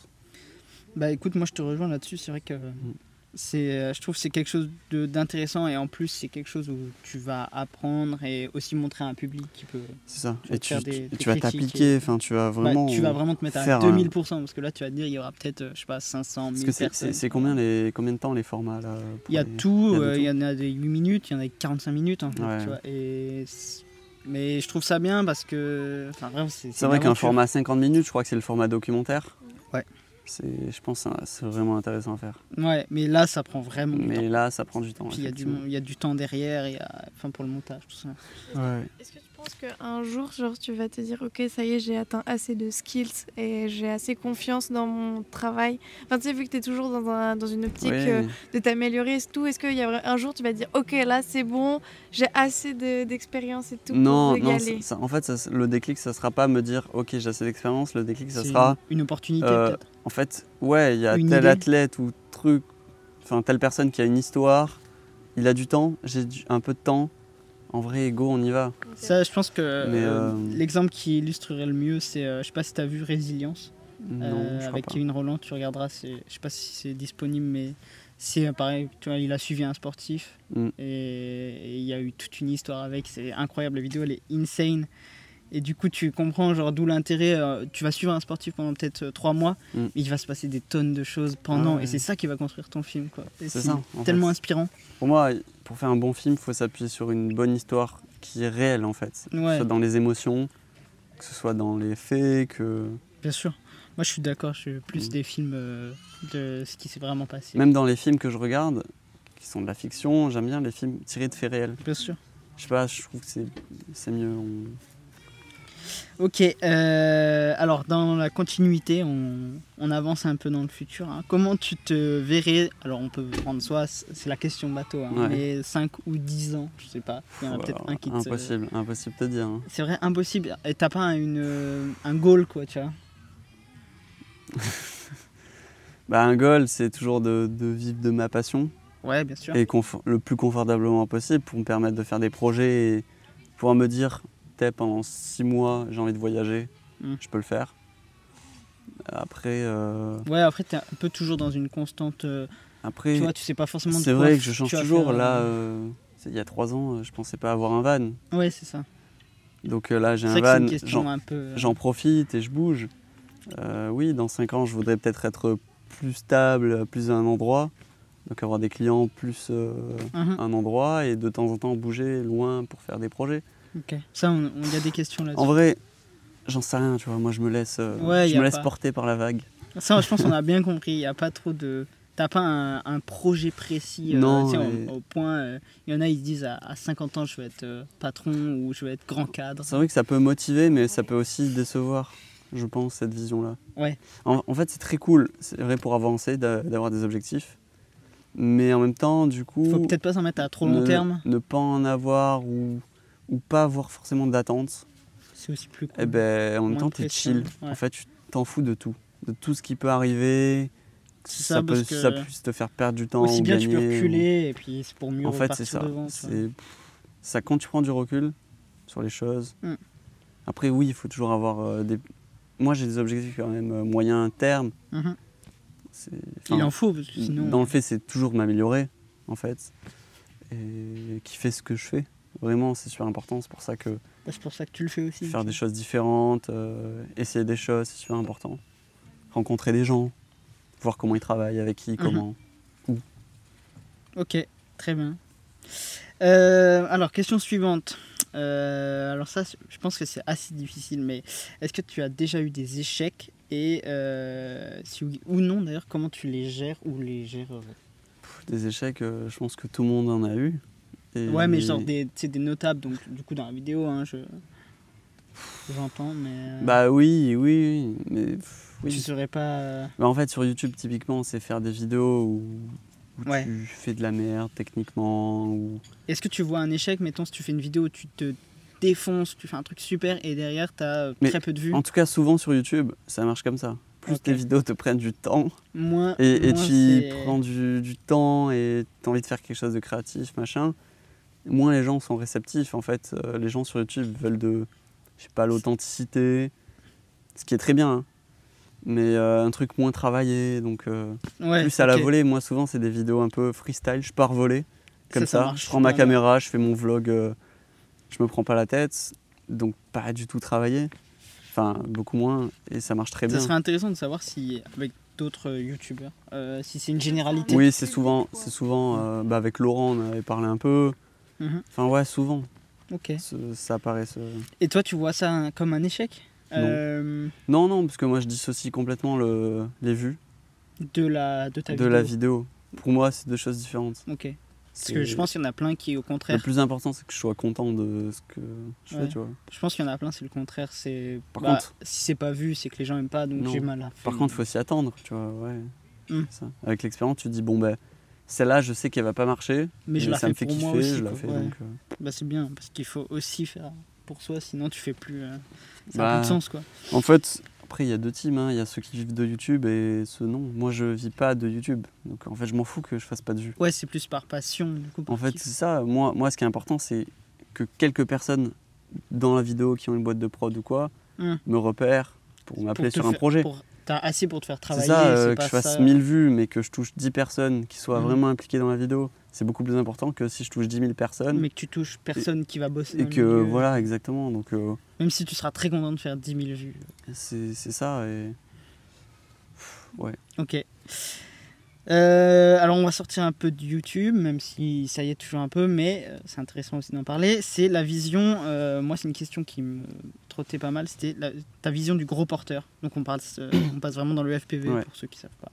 A: Bah écoute, moi je te rejoins là-dessus, c'est vrai que euh,
B: Mm.
A: c'est, euh, je trouve que c'est quelque chose de- d'intéressant et en plus c'est quelque chose où tu vas apprendre et aussi montrer à un public qui peut...
B: C'est ça.
A: Tu vas
B: et
A: te
B: tu,
A: faire des-
B: tu-
A: des
B: tu vas
A: critiques
B: t'appliquer, enfin, tu vas
A: bah,
B: vraiment.
A: tu vas vraiment te mettre à
B: faire un-
A: 2000% parce que là tu vas te dire il y aura peut-être, euh, je sais pas, 500,
B: Parce
A: 1000
B: que c'est-
A: personnes.
B: c'est c'est combien, les... combien de temps les formats là pour
A: Il y a
B: les-
A: tout,
B: il y a de
A: euh, il y, en a des 8 minutes, il y en a des 45 minutes en fait,
B: Ouais.
A: tu vois, et... c'est- Mais je trouve ça bien parce que... Enfin bref, c'est...
B: C'est
A: une
B: vrai qu'un
A: aventure.
B: format 50 minutes, je crois que c'est le format documentaire.
A: Ouais.
B: C'est, je pense, que c'est vraiment intéressant à faire.
A: Ouais, mais là ça prend vraiment du temps.
B: Mais là, ça prend du temps.
A: Mmh. Puis il y, a du,
B: effectivement.
A: il y a du temps derrière, il y a... enfin pour le montage, tout ça.
B: Ouais.
C: Est-ce que tu penses qu'un jour, genre, tu vas te dire, ok, ça y est, j'ai atteint assez de skills et j'ai assez confiance dans mon travail Enfin, tu sais, vu que tu es toujours dans, un- dans une optique
B: Ouais,
C: euh, de t'améliorer et tout, est-ce qu'il y a un jour, tu vas te dire, ok, là, c'est bon, j'ai assez de- d'expérience et tout
B: non,
C: pour y
B: non
C: aller
B: ça- ça- en fait, ça- le déclic, ça sera pas me dire, ok, j'ai assez d'expérience. Le déclic, ça
A: C'est
B: sera,
A: une, une opportunité
B: euh,
A: peut-être.
B: en fait, ouais, il y a
A: Une
B: tel
A: idée.
B: athlète ou truc, enfin, telle personne qui a une histoire, il a du temps, j'ai du- un peu de temps. En vrai, go, on y va.
A: Ça, je pense que euh,
B: Mais, euh,
A: l'exemple qui illustrerait le mieux, c'est, euh, je sais pas si t'as vu Résilience
B: Non,
A: euh,
B: je crois
A: avec
B: pas.
A: Kevin Roland, tu regarderas, c'est- je sais pas si c'est disponible, mais c'est euh, pareil, tu vois, il a suivi un sportif
B: Mm.
A: et et il y a eu toute une histoire avec, c'est incroyable, la vidéo elle est insane. Et du coup, tu comprends genre d'où l'intérêt. euh, tu vas suivre un sportif pendant peut-être euh, trois mois,
B: Mm.
A: mais il va se passer des tonnes de choses pendant,
B: Ah ouais.
A: et c'est ça qui va construire ton film, quoi. Et
B: C'est ça. en
A: Tellement
B: fait.
A: inspirant.
B: Pour moi, pour faire un bon film, il faut s'appuyer sur une bonne histoire qui est réelle en fait. Que
A: Ouais.
B: ce soit dans les émotions, que ce soit dans les faits, que
A: Bien sûr. Moi, je suis d'accord. Je suis plus
B: Mm.
A: des films euh, de ce qui s'est vraiment passé.
B: même dans les films que je regarde, qui sont de la fiction, j'aime bien les films tirés de faits réels.
A: Bien sûr.
B: Je sais pas, je trouve que c'est c'est mieux. on-
A: Ok, euh, alors dans la continuité, on, on avance un peu dans le futur. hein. Comment tu te verrais Alors on peut prendre soit, c'est la question bateau, hein,
B: Ouais.
A: mais 5 ou 10 ans, je sais pas. Il y en a
B: Pff,
A: peut-être
B: alors,
A: un qui te...
B: euh, Impossible, impossible de dire. hein.
A: C'est vrai, impossible. Et t'as pas une, euh, un goal, quoi, tu vois.
B: Bah, un goal, c'est toujours de, de vivre de ma passion
A: Ouais, bien sûr.
B: et confo- le plus confortablement possible pour me permettre de faire des projets et pouvoir me dire, peut-être pendant six mois, j'ai envie de voyager,
A: Mm.
B: je peux le faire. Après, euh,
A: Ouais, après, t'es un peu toujours dans une constante. euh,
B: après
A: tu vois, tu sais pas forcément. de
B: c'est
A: quoi
B: vrai que je
A: tu
B: change
A: vas faire,
B: toujours.
A: euh,
B: Là, euh, c'est- il y a trois ans, euh, je pensais pas avoir un van.
A: Ouais, c'est ça.
B: Donc euh, là, j'ai
A: C'est vrai
B: un
A: que c'est
B: van,
A: une question
B: j'en-
A: un peu. euh,
B: j'en profite et je bouge. Euh, oui, dans 5 ans, je voudrais peut-être être plus stable, plus à un endroit. Donc avoir des clients plus euh,
A: Mhm.
B: un endroit et de temps en temps bouger loin pour faire des projets.
A: Ok. Ça, on- on- il y a des questions là-dessus.
B: En vrai, j'en sais rien, tu vois. Moi, je me laisse, euh,
A: Ouais, y
B: je
A: a
B: me laisse
A: pas.
B: porter par la vague.
A: Ça, je pense qu'on a bien compris. Il n'y a pas trop de. T'as pas un, un projet précis. euh,
B: Non,
A: tu sais,
B: mais-
A: au, au point. euh, Il y en a, ils se disent à, à 50 ans, je vais être euh, patron ou je vais être grand cadre.
B: C'est vrai que ça peut motiver, mais ça peut aussi décevoir, je pense, cette vision-là.
A: Ouais.
B: En, en fait, c'est très cool, c'est vrai, pour avancer, d'a- d'avoir des objectifs. Mais en même temps, du coup.
A: Faut peut-être pas s'en mettre à trop long
B: ne,
A: terme.
B: Ne pas en avoir ou, ou pas avoir forcément d'attente,
A: C'est aussi plus cool.
B: et ben en même
A: Moins
B: temps,
A: de
B: tu
A: pression,
B: chill.
A: ouais.
B: En fait, tu t'en fous de tout. De tout ce qui peut arriver,
A: C'est
B: si
A: ça,
B: ça, peut,
A: parce
B: si ça
A: que-
B: puisse te faire perdre du temps.
A: Aussi
B: ou
A: bien, tu
B: gagner,
A: peux
B: ou-
A: reculer et puis c'est pour mieux
B: En fait,
A: repartir
B: c'est ça.
A: devant. tu vois.
B: C'est ça quand tu prends du recul sur les choses.
A: Mm.
B: Après, oui, il faut toujours avoir euh, des. Moi, j'ai des objectifs quand même euh, moyen terme.
A: Mhm.
B: C'est-
A: Il
B: enfin,
A: en faut parce que sinon. euh,
B: dans le fait, c'est toujours m'améliorer, en fait, et qui fait ce que je fais. Vraiment, c'est super important. C'est pour ça que
A: bah, C'est pour ça que tu le fais aussi.
B: faire des choses différentes, euh, essayer des choses, c'est super important. Rencontrer des gens, voir comment ils travaillent, avec
A: Mhm.
B: qui, comment.
A: Ok, très bien. Euh, alors, question suivante. Euh, alors ça, je pense que c'est assez difficile, mais est-ce que tu as déjà eu des échecs et euh, si oui ou non d'ailleurs, comment tu les gères euh, ou les gérerais
B: Pff, Des échecs, euh, je pense que tout le monde en a eu. Et-
A: Ouais, mais genre des, tu sais, des notables, donc du coup dans la vidéo, hein, je j'entends, mais euh,
B: Bah oui, oui, oui, mais pff,
A: tu
B: oui.
A: serais pas. euh,
B: Bah, en fait, sur YouTube, typiquement, c'est faire des vidéos où, où
A: Ouais.
B: tu fais de la merde techniquement. Ou...
A: Est-ce que tu vois un échec, mettons si tu fais une vidéo où tu te défonces, tu fais un truc super et derrière t'as euh,
B: Mais
A: très peu de vues,
B: En tout cas, souvent sur YouTube, ça marche comme ça. Plus
A: Ok.
B: tes vidéos te prennent du temps
A: moins.
B: et, et
A: moins
B: tu
A: c'est-
B: y prends du, du temps et tu as envie de faire quelque chose de créatif, machin, moins les gens sont réceptifs. En fait, Euh, les gens sur YouTube veulent de, je sais pas, l'authenticité, ce qui est très bien, hein. mais euh, un truc moins travaillé, donc. euh,
A: Ouais,
B: plus à la
A: ok.
B: volée. Moi, souvent, c'est des vidéos un peu freestyle. Je pars voler, comme
A: Ça,
B: ça.
A: ça marche
B: je prends ma
A: super bien.
B: caméra, je fais mon vlog. euh, je me prends pas la tête. Donc, pas du tout travaillé. Enfin, beaucoup moins. Et ça marche très
A: Ça
B: bien.
A: serait intéressant de savoir si, avec d'autres euh, youtubeurs, euh, si c'est une généralité.
B: Oui, c'est souvent. C'est souvent euh, bah, avec Laurent, on en avait parlé un peu.
A: Mhm.
B: Enfin, ouais, souvent.
A: Ok.
B: ce- ça apparaît. ce-
A: Et toi, tu vois ça un- comme un échec
B: Non.
A: Euh,
B: Non, non, parce que moi, je dissocie complètement le, les vues
A: de, la, de ta
B: de
A: vidéo
B: la vidéo. Pour moi, c'est deux choses différentes.
A: Ok. Parce que je pense qu'il y en a plein qui, au
B: Le
A: contraire,
B: plus important, c'est que je sois content de ce que je
A: Ouais.
B: fais, tu vois.
A: je pense qu'il y en a plein, c'est le contraire. C'est,
B: Par
A: bah,
B: contre-
A: si c'est pas vu, c'est que les gens aiment pas, donc
B: Non.
A: j'ai mal à.
B: Par contre, faut s'y attendre, tu vois, ouais.
A: Mm.
B: Ça. Avec l'expérience, tu te dis, bon, ben, celle-là, je sais qu'elle va pas marcher,
A: mais je la
B: ça
A: fais
B: me fait
A: pour
B: kiffer,
A: moi aussi.
B: je la
A: quoi.
B: fais.
A: Ouais.
B: Donc, euh,
A: Bah, c'est bien, parce qu'il faut aussi faire pour soi, sinon tu fais plus. euh, Ça a
B: Bah,
A: plus de sens, quoi.
B: En fait, après, il y a deux teams, hein. il y a ceux qui vivent de YouTube et ceux non. Moi, je vis pas de YouTube, donc en fait, je m'en fous que je fasse pas de vues.
A: Ouais, c'est plus par passion, du coup. par
B: En fait,
A: kiff.
B: c'est ça, moi, moi, ce qui est important, c'est que quelques personnes dans la vidéo qui ont une boîte de prod ou quoi
A: Mm.
B: me repèrent pour
A: Pour
B: m'appeler
A: te
B: sur un
A: faire-
B: projet.
A: pour- T'as assez pour te faire
B: C'est
A: travailler.
B: ça, euh,
A: c'est
B: que
A: pas
B: je fasse
A: ça-
B: 1000 vues, mais que je touche 10 personnes qui soient
A: Mhm.
B: vraiment impliquées dans la vidéo. C'est beaucoup plus important que si je touche 10 000 personnes.
A: mais que tu touches personne qui va bosser.
B: Et
A: dans le
B: que
A: milieu.
B: voilà, exactement. Donc euh,
A: Même si tu seras très content de faire 10 000 vues.
B: c'est c'est ça. Et...
A: Ok. Euh, alors on va sortir un peu de YouTube, même si ça y est toujours un peu, mais euh, c'est intéressant aussi d'en parler. C'est la vision, euh, moi c'est une question qui me trottait pas mal, c'était la- ta vision du gros porteur. Donc on, parle, euh, on passe vraiment dans le FPV
B: Ouais.
A: pour ceux qui savent pas.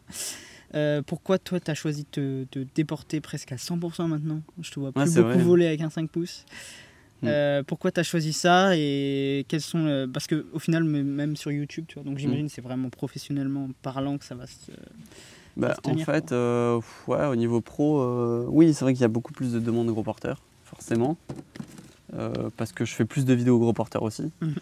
A: Euh, pourquoi toi t'as choisi de te de déporter presque à 100% maintenant Je te vois plus
B: Ouais, c'est
A: beaucoup
B: vrai.
A: voler avec un 5 pouces.
B: Mm.
A: Euh, pourquoi tu as choisi ça et quels sont euh, parce que au final m- même sur YouTube tu vois donc j'imagine
B: Hmm.
A: que c'est vraiment professionnellement parlant que ça va se
B: Bah,
A: se
B: en
A: tenir,
B: fait, euh, pff, ouais, au niveau pro, euh, oui, c'est vrai qu'il y a beaucoup plus de demandes de gros porteurs, forcément. Euh, parce que je fais plus de vidéos gros porteurs aussi.
A: Mhm.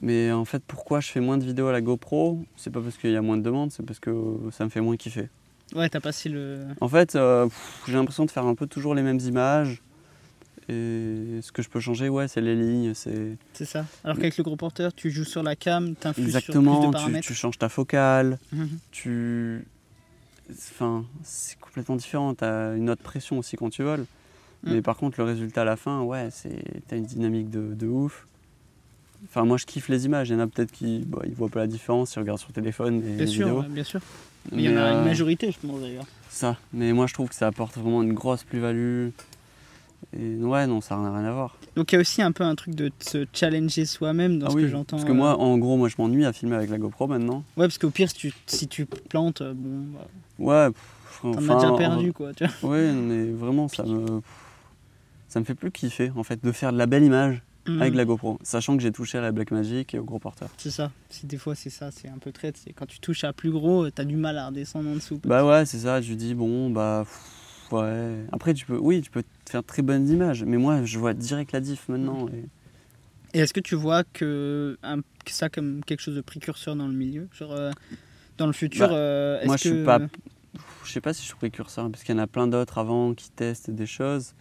B: Mais en fait, pourquoi je fais moins de vidéos à la GoPro C'est pas parce qu'il y a moins de demandes, c'est parce que ça me fait moins kiffer.
A: ouais t'as passé le
B: En fait, euh, pff, j'ai l'impression de faire un peu toujours les mêmes images. Et ce que je peux changer, ouais, c'est les lignes, c'est
A: c'est ça alors qu'avec le gros porteur tu joues sur la cam t'influes sur plus
B: exactement.
A: de
B: Tu,
A: paramètres
B: tu changes ta focale,
A: Mhm.
B: tu. Enfin, c'est complètement différent. Tu as une autre pression aussi quand tu voles.
A: Mm.
B: Mais par contre, le résultat à la fin, ouais, c'est... t'as une dynamique de, de ouf. Enfin, moi, je kiffe les images. Il y en a peut-être qui bah, ils voient pas la différence, ils regardent sur téléphone et
A: bien sûr
B: vidéos.
A: ouais, bien sûr Mais il y en a
B: euh,
A: une majorité je pense d'ailleurs
B: Ça. Mais moi, je trouve que ça apporte vraiment une grosse plus-value. Et ouais, non, ça n'a rien à voir.
A: donc il y a aussi un peu un truc de se challenger soi-même dans
B: Ah
A: ce
B: oui,
A: que j'entends
B: Parce que
A: euh,
B: moi, en gros, moi, je m'ennuie à filmer avec la GoPro maintenant.
A: ouais parce qu'au pire si tu si tu plantes euh, bon bah,
B: Ouais, pff,
A: t'en
B: enfin,
A: as déjà
B: en-
A: perdu quoi tu vois
B: Ouais, non, mais vraiment, ça me, ça me fait plus kiffer, en fait, de faire de la belle image [laughs] avec
A: Mhm.
B: la GoPro, sachant que j'ai touché à la Blackmagic et au gros porteur.
A: c'est ça c'est des fois c'est ça c'est un peu traite c'est quand tu touches à plus gros euh, t'as du mal à redescendre en dessous
B: Bah ouais, c'est ça, je lui dis, bon, bah, pff, ouais. Après, tu peux, oui, tu peux te faire de très bonnes images, mais moi, je vois direct la diff maintenant.
A: Hmm.
B: et-
A: Et est-ce que tu vois que, un- que ça comme quelque chose de précurseur dans le milieu Genre, euh, dans le futur,
B: Bah,
A: euh, est-ce
B: moi,
A: que...
B: je suis pas, pff, je sais pas si je suis précurseur, hein, parce qu'il y en a plein d'autres avant qui testent des choses,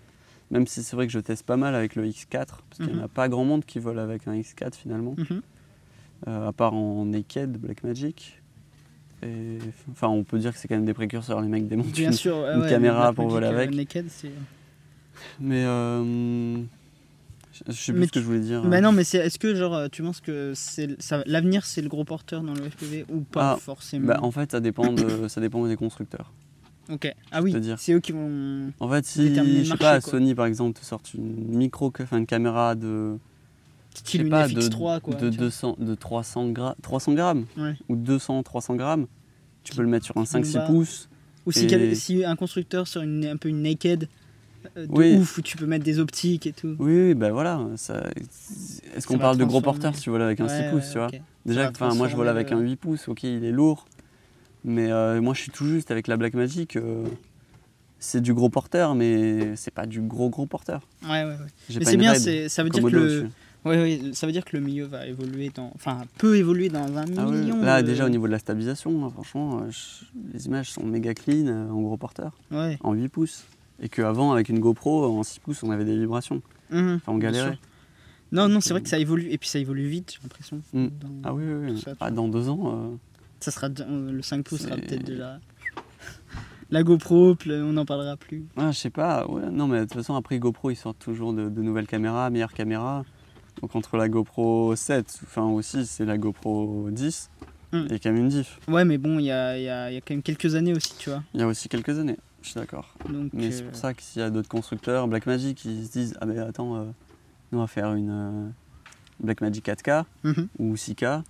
B: même si c'est vrai que je teste pas mal avec le X4, parce qu'il y en a pas grand monde qui vole avec un X4 finalement.
A: [laughs] Mhm.
B: Euh, à part en naked, Blackmagic. Et, enfin, on peut dire que c'est quand même des précurseurs, les mecs démontent
A: Bien
B: une-
A: sûr, ouais,
B: une
A: ouais,
B: caméra
A: Black
B: pour
A: Magic,
B: voler
A: euh,
B: avec.
A: naked, c'est-
B: Mais euh, je- je sais plus
A: Mais
B: ce que je voulais dire. hein.
A: Mais Bah non, mais c'est- est-ce que genre euh, tu penses que c'est ça- l'avenir c'est le gros porteur dans le FPV ou pas
B: Ah,
A: forcément
B: Bah, en fait, ça dépend, de, [coughs] ça dépend des constructeurs.
A: Ok. Ah oui,
B: te dire.
A: c'est eux qui vont.
B: En fait, si
A: Déterminer le
B: je sais
A: marché,
B: pas,
A: quoi.
B: Sony par exemple te sort une micro, enfin une caméra de, je
A: Style
B: sais
A: une
B: pas, de,
A: FX3 quoi.
B: de,
A: tu vois.
B: 200, de 300, gra- 300 grammes
A: Ouais.
B: ou 200-300 grammes, tu peux le mettre sur un
A: combat.
B: 5-6 pouces.
A: Ou si,
B: et-
A: quel- si un constructeur sur une, un peu une naked euh, de
B: Oui.
A: ouf où tu peux mettre des optiques et tout.
B: Oui, oui, bah voilà. ça- Est-ce qu'on
A: va
B: parle de gros
A: transformer.
B: porteurs si tu voles avec un 6
A: Ouais,
B: pouces,
A: ouais,
B: tu vois
A: ok. va
B: Déjà, enfin, moi je vole
A: transformer
B: avec un
A: le-
B: 8 pouces, ok, il est lourd, mais euh, moi je suis tout juste avec la Blackmagic. euh, c'est du gros porteur, mais c'est pas du gros gros porteur.
A: Ouais, ouais, ouais.
B: J'ai
A: Mais
B: pas
A: c'est
B: une
A: bien,
B: Red
A: c'est- ça veut dire que
B: Komodo
A: le,
B: dessus.
A: Ouais, ouais, ça veut dire que le milieu va évoluer dans. Enfin, peut évoluer dans un
B: Ah ouais,
A: million.
B: Là,
A: de-
B: déjà au niveau de la stabilisation, hein, franchement, euh, je- les images sont méga clean euh, en gros porteur,
A: Ouais.
B: en 8 pouces. Et qu'avant, avec une GoPro, en 6 pouces, on avait des vibrations.
A: Mhm.
B: Enfin, on
A: Bien
B: galérait.
A: sûr. Non, non, c'est vrai que ça évolue. Et puis ça évolue vite, j'ai l'impression.
B: Euh, Mm.
A: Dans-
B: Ah oui, oui, oui.
A: Ça, tu
B: Ah, dans deux ans. euh,
A: Ça sera. euh, Le 5 pouces sera
B: C'est-
A: peut-être déjà. [laughs] La GoPro, pl- on n'en parlera plus.
B: Ouais, ah, je sais pas, ouais, non mais de toute façon après GoPro ils sortent toujours de, de nouvelles caméras, meilleures caméras. Donc entre la GoPro 7, enfin aussi c'est la GoPro 10,
A: Mm.
B: il y a quand même une diff.
A: Ouais, mais bon, il y a, il y a- il y a quand même quelques années aussi, tu vois.
B: Il y a aussi quelques années, je suis d'accord.
A: Donc,
B: Mais c'est
A: euh,
B: pour ça que s'il y a d'autres constructeurs, Blackmagic, ils se disent ah mais attends, euh, nous on va faire une euh, Blackmagic 4K
A: mhm.
B: ou 6K,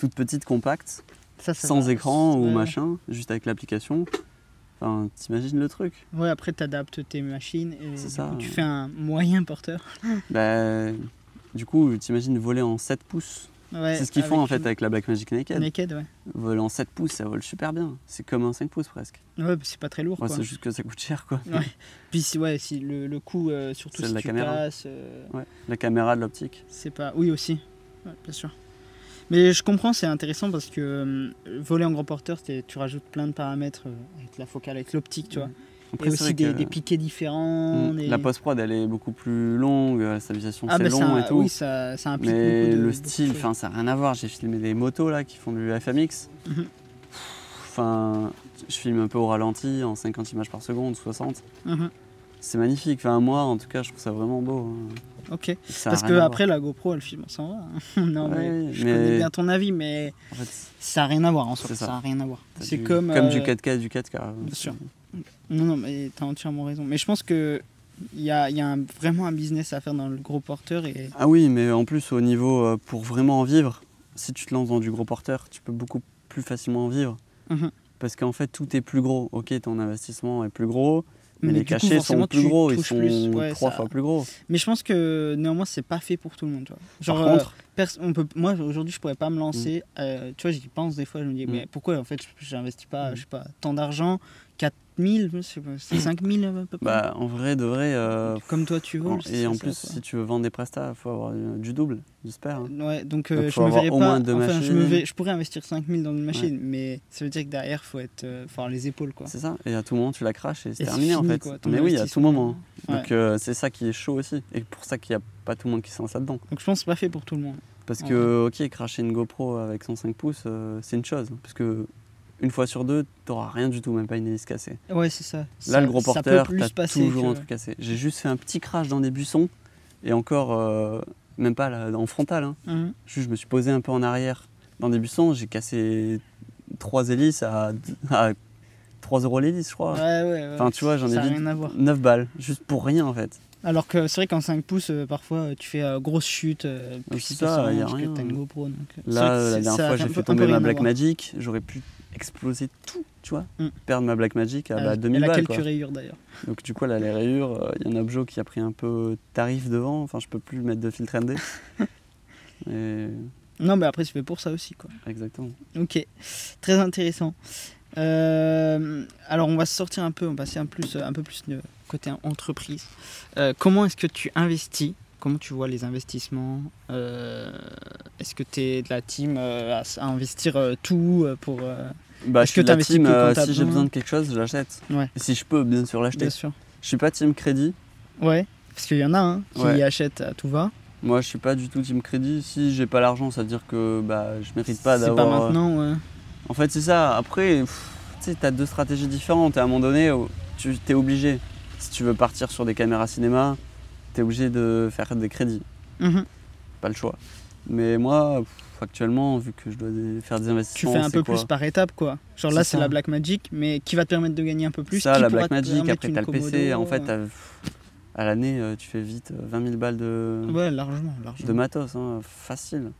B: toute petite, compacte,
A: [laughs] Ça, ça
B: sans
A: va.
B: écran ou
A: Ouais.
B: machin, juste avec l'application. Enfin t'imagines le truc
A: Ouais, après, t'adaptes tes machines et
B: C'est
A: du
B: ça,
A: coup, tu
B: ouais.
A: fais un moyen porteur. [laughs]
B: Bah du coup t'imagines voler en 7 pouces
A: Ouais,
B: C'est ce qu'ils
A: avec
B: font en fait
A: une-
B: avec la Blackmagic Naked.
A: Naked, ouais.
B: Voler en 7 pouces, ça vole super bien. C'est comme un 5 pouces presque.
A: Ouais, bah, c'est pas très lourd.
B: Moi,
A: quoi.
B: c'est juste que ça coûte cher quoi.
A: Ouais. Puis si, ouais, si le, le coup, euh, surtout
B: Celle
A: si
B: de la
A: tu
B: caméra.
A: passes, euh,
B: Ouais. La caméra, de l'optique.
A: c'est pas. Oui aussi, Ouais, bien sûr. Mais je comprends, c'est intéressant parce que euh, voler en grand porteur, c'est- tu rajoutes plein de paramètres euh, avec la focale, avec l'optique, tu vois.
B: Après,
A: Et
B: c'est
A: aussi
B: vrai
A: des,
B: que,
A: des piquets différents.
B: mm,
A: des-
B: La post-prod elle est beaucoup plus longue, la stabilisation
A: ah,
B: c'est
A: bah,
B: long
A: ça,
B: et tout.
A: Oui, ça, ça implique
B: mais
A: beaucoup de-
B: le
A: beaucoup de
B: style,
A: choses.
B: enfin ça n'a rien à voir. J'ai filmé des motos là qui font du FMX.
A: Mhm.
B: Enfin, je filme un peu au ralenti en 50 images par seconde, 60.
A: Mhm.
B: C'est magnifique. Enfin, moi en tout cas, je trouve ça vraiment beau. hein.
A: Ok.
B: Ça a
A: Parce
B: rien
A: que
B: à voir.
A: après la GoPro, elle filme, on s'en va. hein. [laughs] non, mais
B: Ouais,
A: je
B: mais-
A: connais bien ton avis, mais
B: En fait,
A: ça n'a rien à voir en soi.
B: C'est
A: Ça
B: ça.
A: n'a rien à voir.
B: t'as
A: C'est
B: du-
A: comme.
B: comme du
A: euh,
B: 4K, du 4K.
A: bien sûr. Non, non, mais t'as entièrement raison. Mais je pense que il y a, il y a un- vraiment un business à faire dans le gros porteur et
B: Ah oui, mais en plus, au niveau, euh, pour vraiment en vivre, si tu te lances dans du gros porteur, tu peux beaucoup plus facilement en vivre.
A: Mhm.
B: Parce qu'en fait, tout est plus gros. Ok, ton investissement est plus gros, Mais, les
A: du coup,
B: cachets
A: forcément,
B: sont plus
A: tu
B: gros, ils
A: touches
B: sont
A: plus, ouais,
B: trois
A: ça-
B: fois plus gros.
A: Mais je pense que néanmoins, c'est pas fait pour tout le monde. tu vois. Genre,
B: Par contre,
A: euh, pers- on peut, moi aujourd'hui, je pourrais pas me lancer. euh, tu vois, j'y pense des fois, je me dis,
B: Mm.
A: mais pourquoi en fait, je- j'investis pas,
B: Mm.
A: je sais pas, tant d'argent, 4000, je sais pas, c'est 5000 à peu près.
B: bah, en vrai, de vrai, euh,
A: Comme toi, tu veux.
B: en- et en plus, si tu veux vendre des prestats, il faut avoir euh, du double, j'espère. hein.
A: Ouais, donc, euh,
B: Donc,
A: je
B: faut
A: me
B: avoir
A: verrais
B: au
A: pas.
B: moins deux
A: enfin, je, me
B: machines.
A: verrais- je pourrais investir 5000 dans une machine, mais ça veut dire que derrière, faut être, euh, faut avoir les épaules quoi.
B: C'est ça, et à tout moment, tu la craches et c'est
A: Et c'est
B: terminé en
A: fini,
B: fait.
A: quoi, ton
B: Mais oui, à tout
A: investissement.
B: moment.
A: Ouais.
B: Donc, euh, c'est ça qui est chaud aussi. Et pour ça qu'il n'y a pas tout le monde qui se lance là-dedans.
A: Donc je pense que c'est pas fait pour tout le monde.
B: Parce que, ok, cracher une GoPro avec 105 pouces, euh, c'est une chose. Parce que, une fois sur deux, t'auras rien du tout, même pas une hélice cassée.
A: Ouais, c'est ça.
B: Là,
A: Ça-
B: le gros
A: ça peut
B: porteur,
A: plus
B: t'as
A: passer
B: toujours
A: que-
B: un truc cassé. J'ai juste fait un petit crash dans des buissons, et encore, euh, même pas là, en frontal. hein.
A: Hein.
B: Juste, je me suis posé un peu en arrière dans des buissons, j'ai cassé trois hélices à, à 3 euros l'hélice, je crois.
A: Ouais, ouais, ouais.
B: Enfin, tu vois, j'en ai
A: Ça a
B: vite-
A: rien à voir.
B: 9 balles, juste pour rien en fait.
A: Alors que c'est vrai qu'en 5 pouces, euh, parfois, euh, tu fais euh, grosse chute, euh,
B: Ah,
A: puis
B: c'est
A: c'est
B: ça,
A: pas
B: y a
A: parce
B: rien. hein.
A: que t'as une GoPro. Donc, euh, c'est
B: Là,
A: vrai que
B: euh, la
A: c'est- ça
B: dernière
A: a
B: fois,
A: un
B: j'ai
A: peu-
B: fait
A: un peu
B: tomber
A: rien
B: ma
A: à
B: Black
A: voir.
B: Magic, j'aurais pu exploser tout, tu vois.
A: Mm. Euh,
B: Perdre ma Black Magic à
A: Elle-
B: bah, 2000
A: Elle a
B: balles.
A: quelques
B: quoi.
A: rayures d'ailleurs.
B: Donc du coup, là, les rayures, euh, il y en a Objo qui a pris un peu tarif devant, enfin, je peux plus mettre de
A: [laughs]
B: filtre ND. Et-
A: Non, mais après, c'est fait pour ça aussi. quoi.
B: Exactement.
A: Ok, très intéressant. Euh, alors, on va sortir un peu, on va passer un, plus, un peu plus de côté entreprise. Euh, comment est-ce que tu investis Comment tu vois les investissements Euh, Est-ce que tu es de la team euh, à, s- à investir euh, tout euh, pour. euh,
B: Bah,
A: Est-ce
B: je suis
A: que
B: de la
A: t'investis
B: team,
A: que quand
B: euh,
A: t'as
B: si j'ai
A: besoin
B: besoin de quelque chose, je l'achète.
A: Ouais.
B: Et Si je peux, bien sûr,
A: bien
B: l'acheter.
A: sûr.
B: Je suis pas team crédit.
A: Ouais, parce qu'il y en a un qui
B: Ouais.
A: achète à tout va.
B: Moi, je suis pas du tout team crédit. Si j'ai pas l'argent, ça veut dire que bah, je mérite pas
A: C'est
B: d'avoir.
A: pas
B: euh,
A: maintenant, ouais.
B: En fait, c'est ça. Après, pff, tu sais, t'as deux stratégies différentes. Et à un moment donné, oh, tu t'es obligé. Si tu veux partir sur des caméras cinéma, t'es obligé de faire des crédits.
A: Mhm.
B: Pas le choix. Mais moi, pff, actuellement, vu que je dois des- faire des
A: Tu
B: investissements,
A: fais un
B: c'est
A: peu
B: quoi
A: plus par étape, quoi. Genre là,
B: C'est
A: c'est
B: ça.
A: la Black Magic, mais qui va te permettre de gagner un peu plus.
B: ça,
A: qui
B: la
A: pourra
B: Black
A: te
B: Magic.
A: permettre
B: Après,
A: une
B: t'as le PC.
A: Komodo,
B: En fait,
A: euh,
B: t'as- pff, à l'année, euh, tu fais vite euh, 20 000 balles de,
A: Ouais, largement, largement.
B: de matos, hein, facile.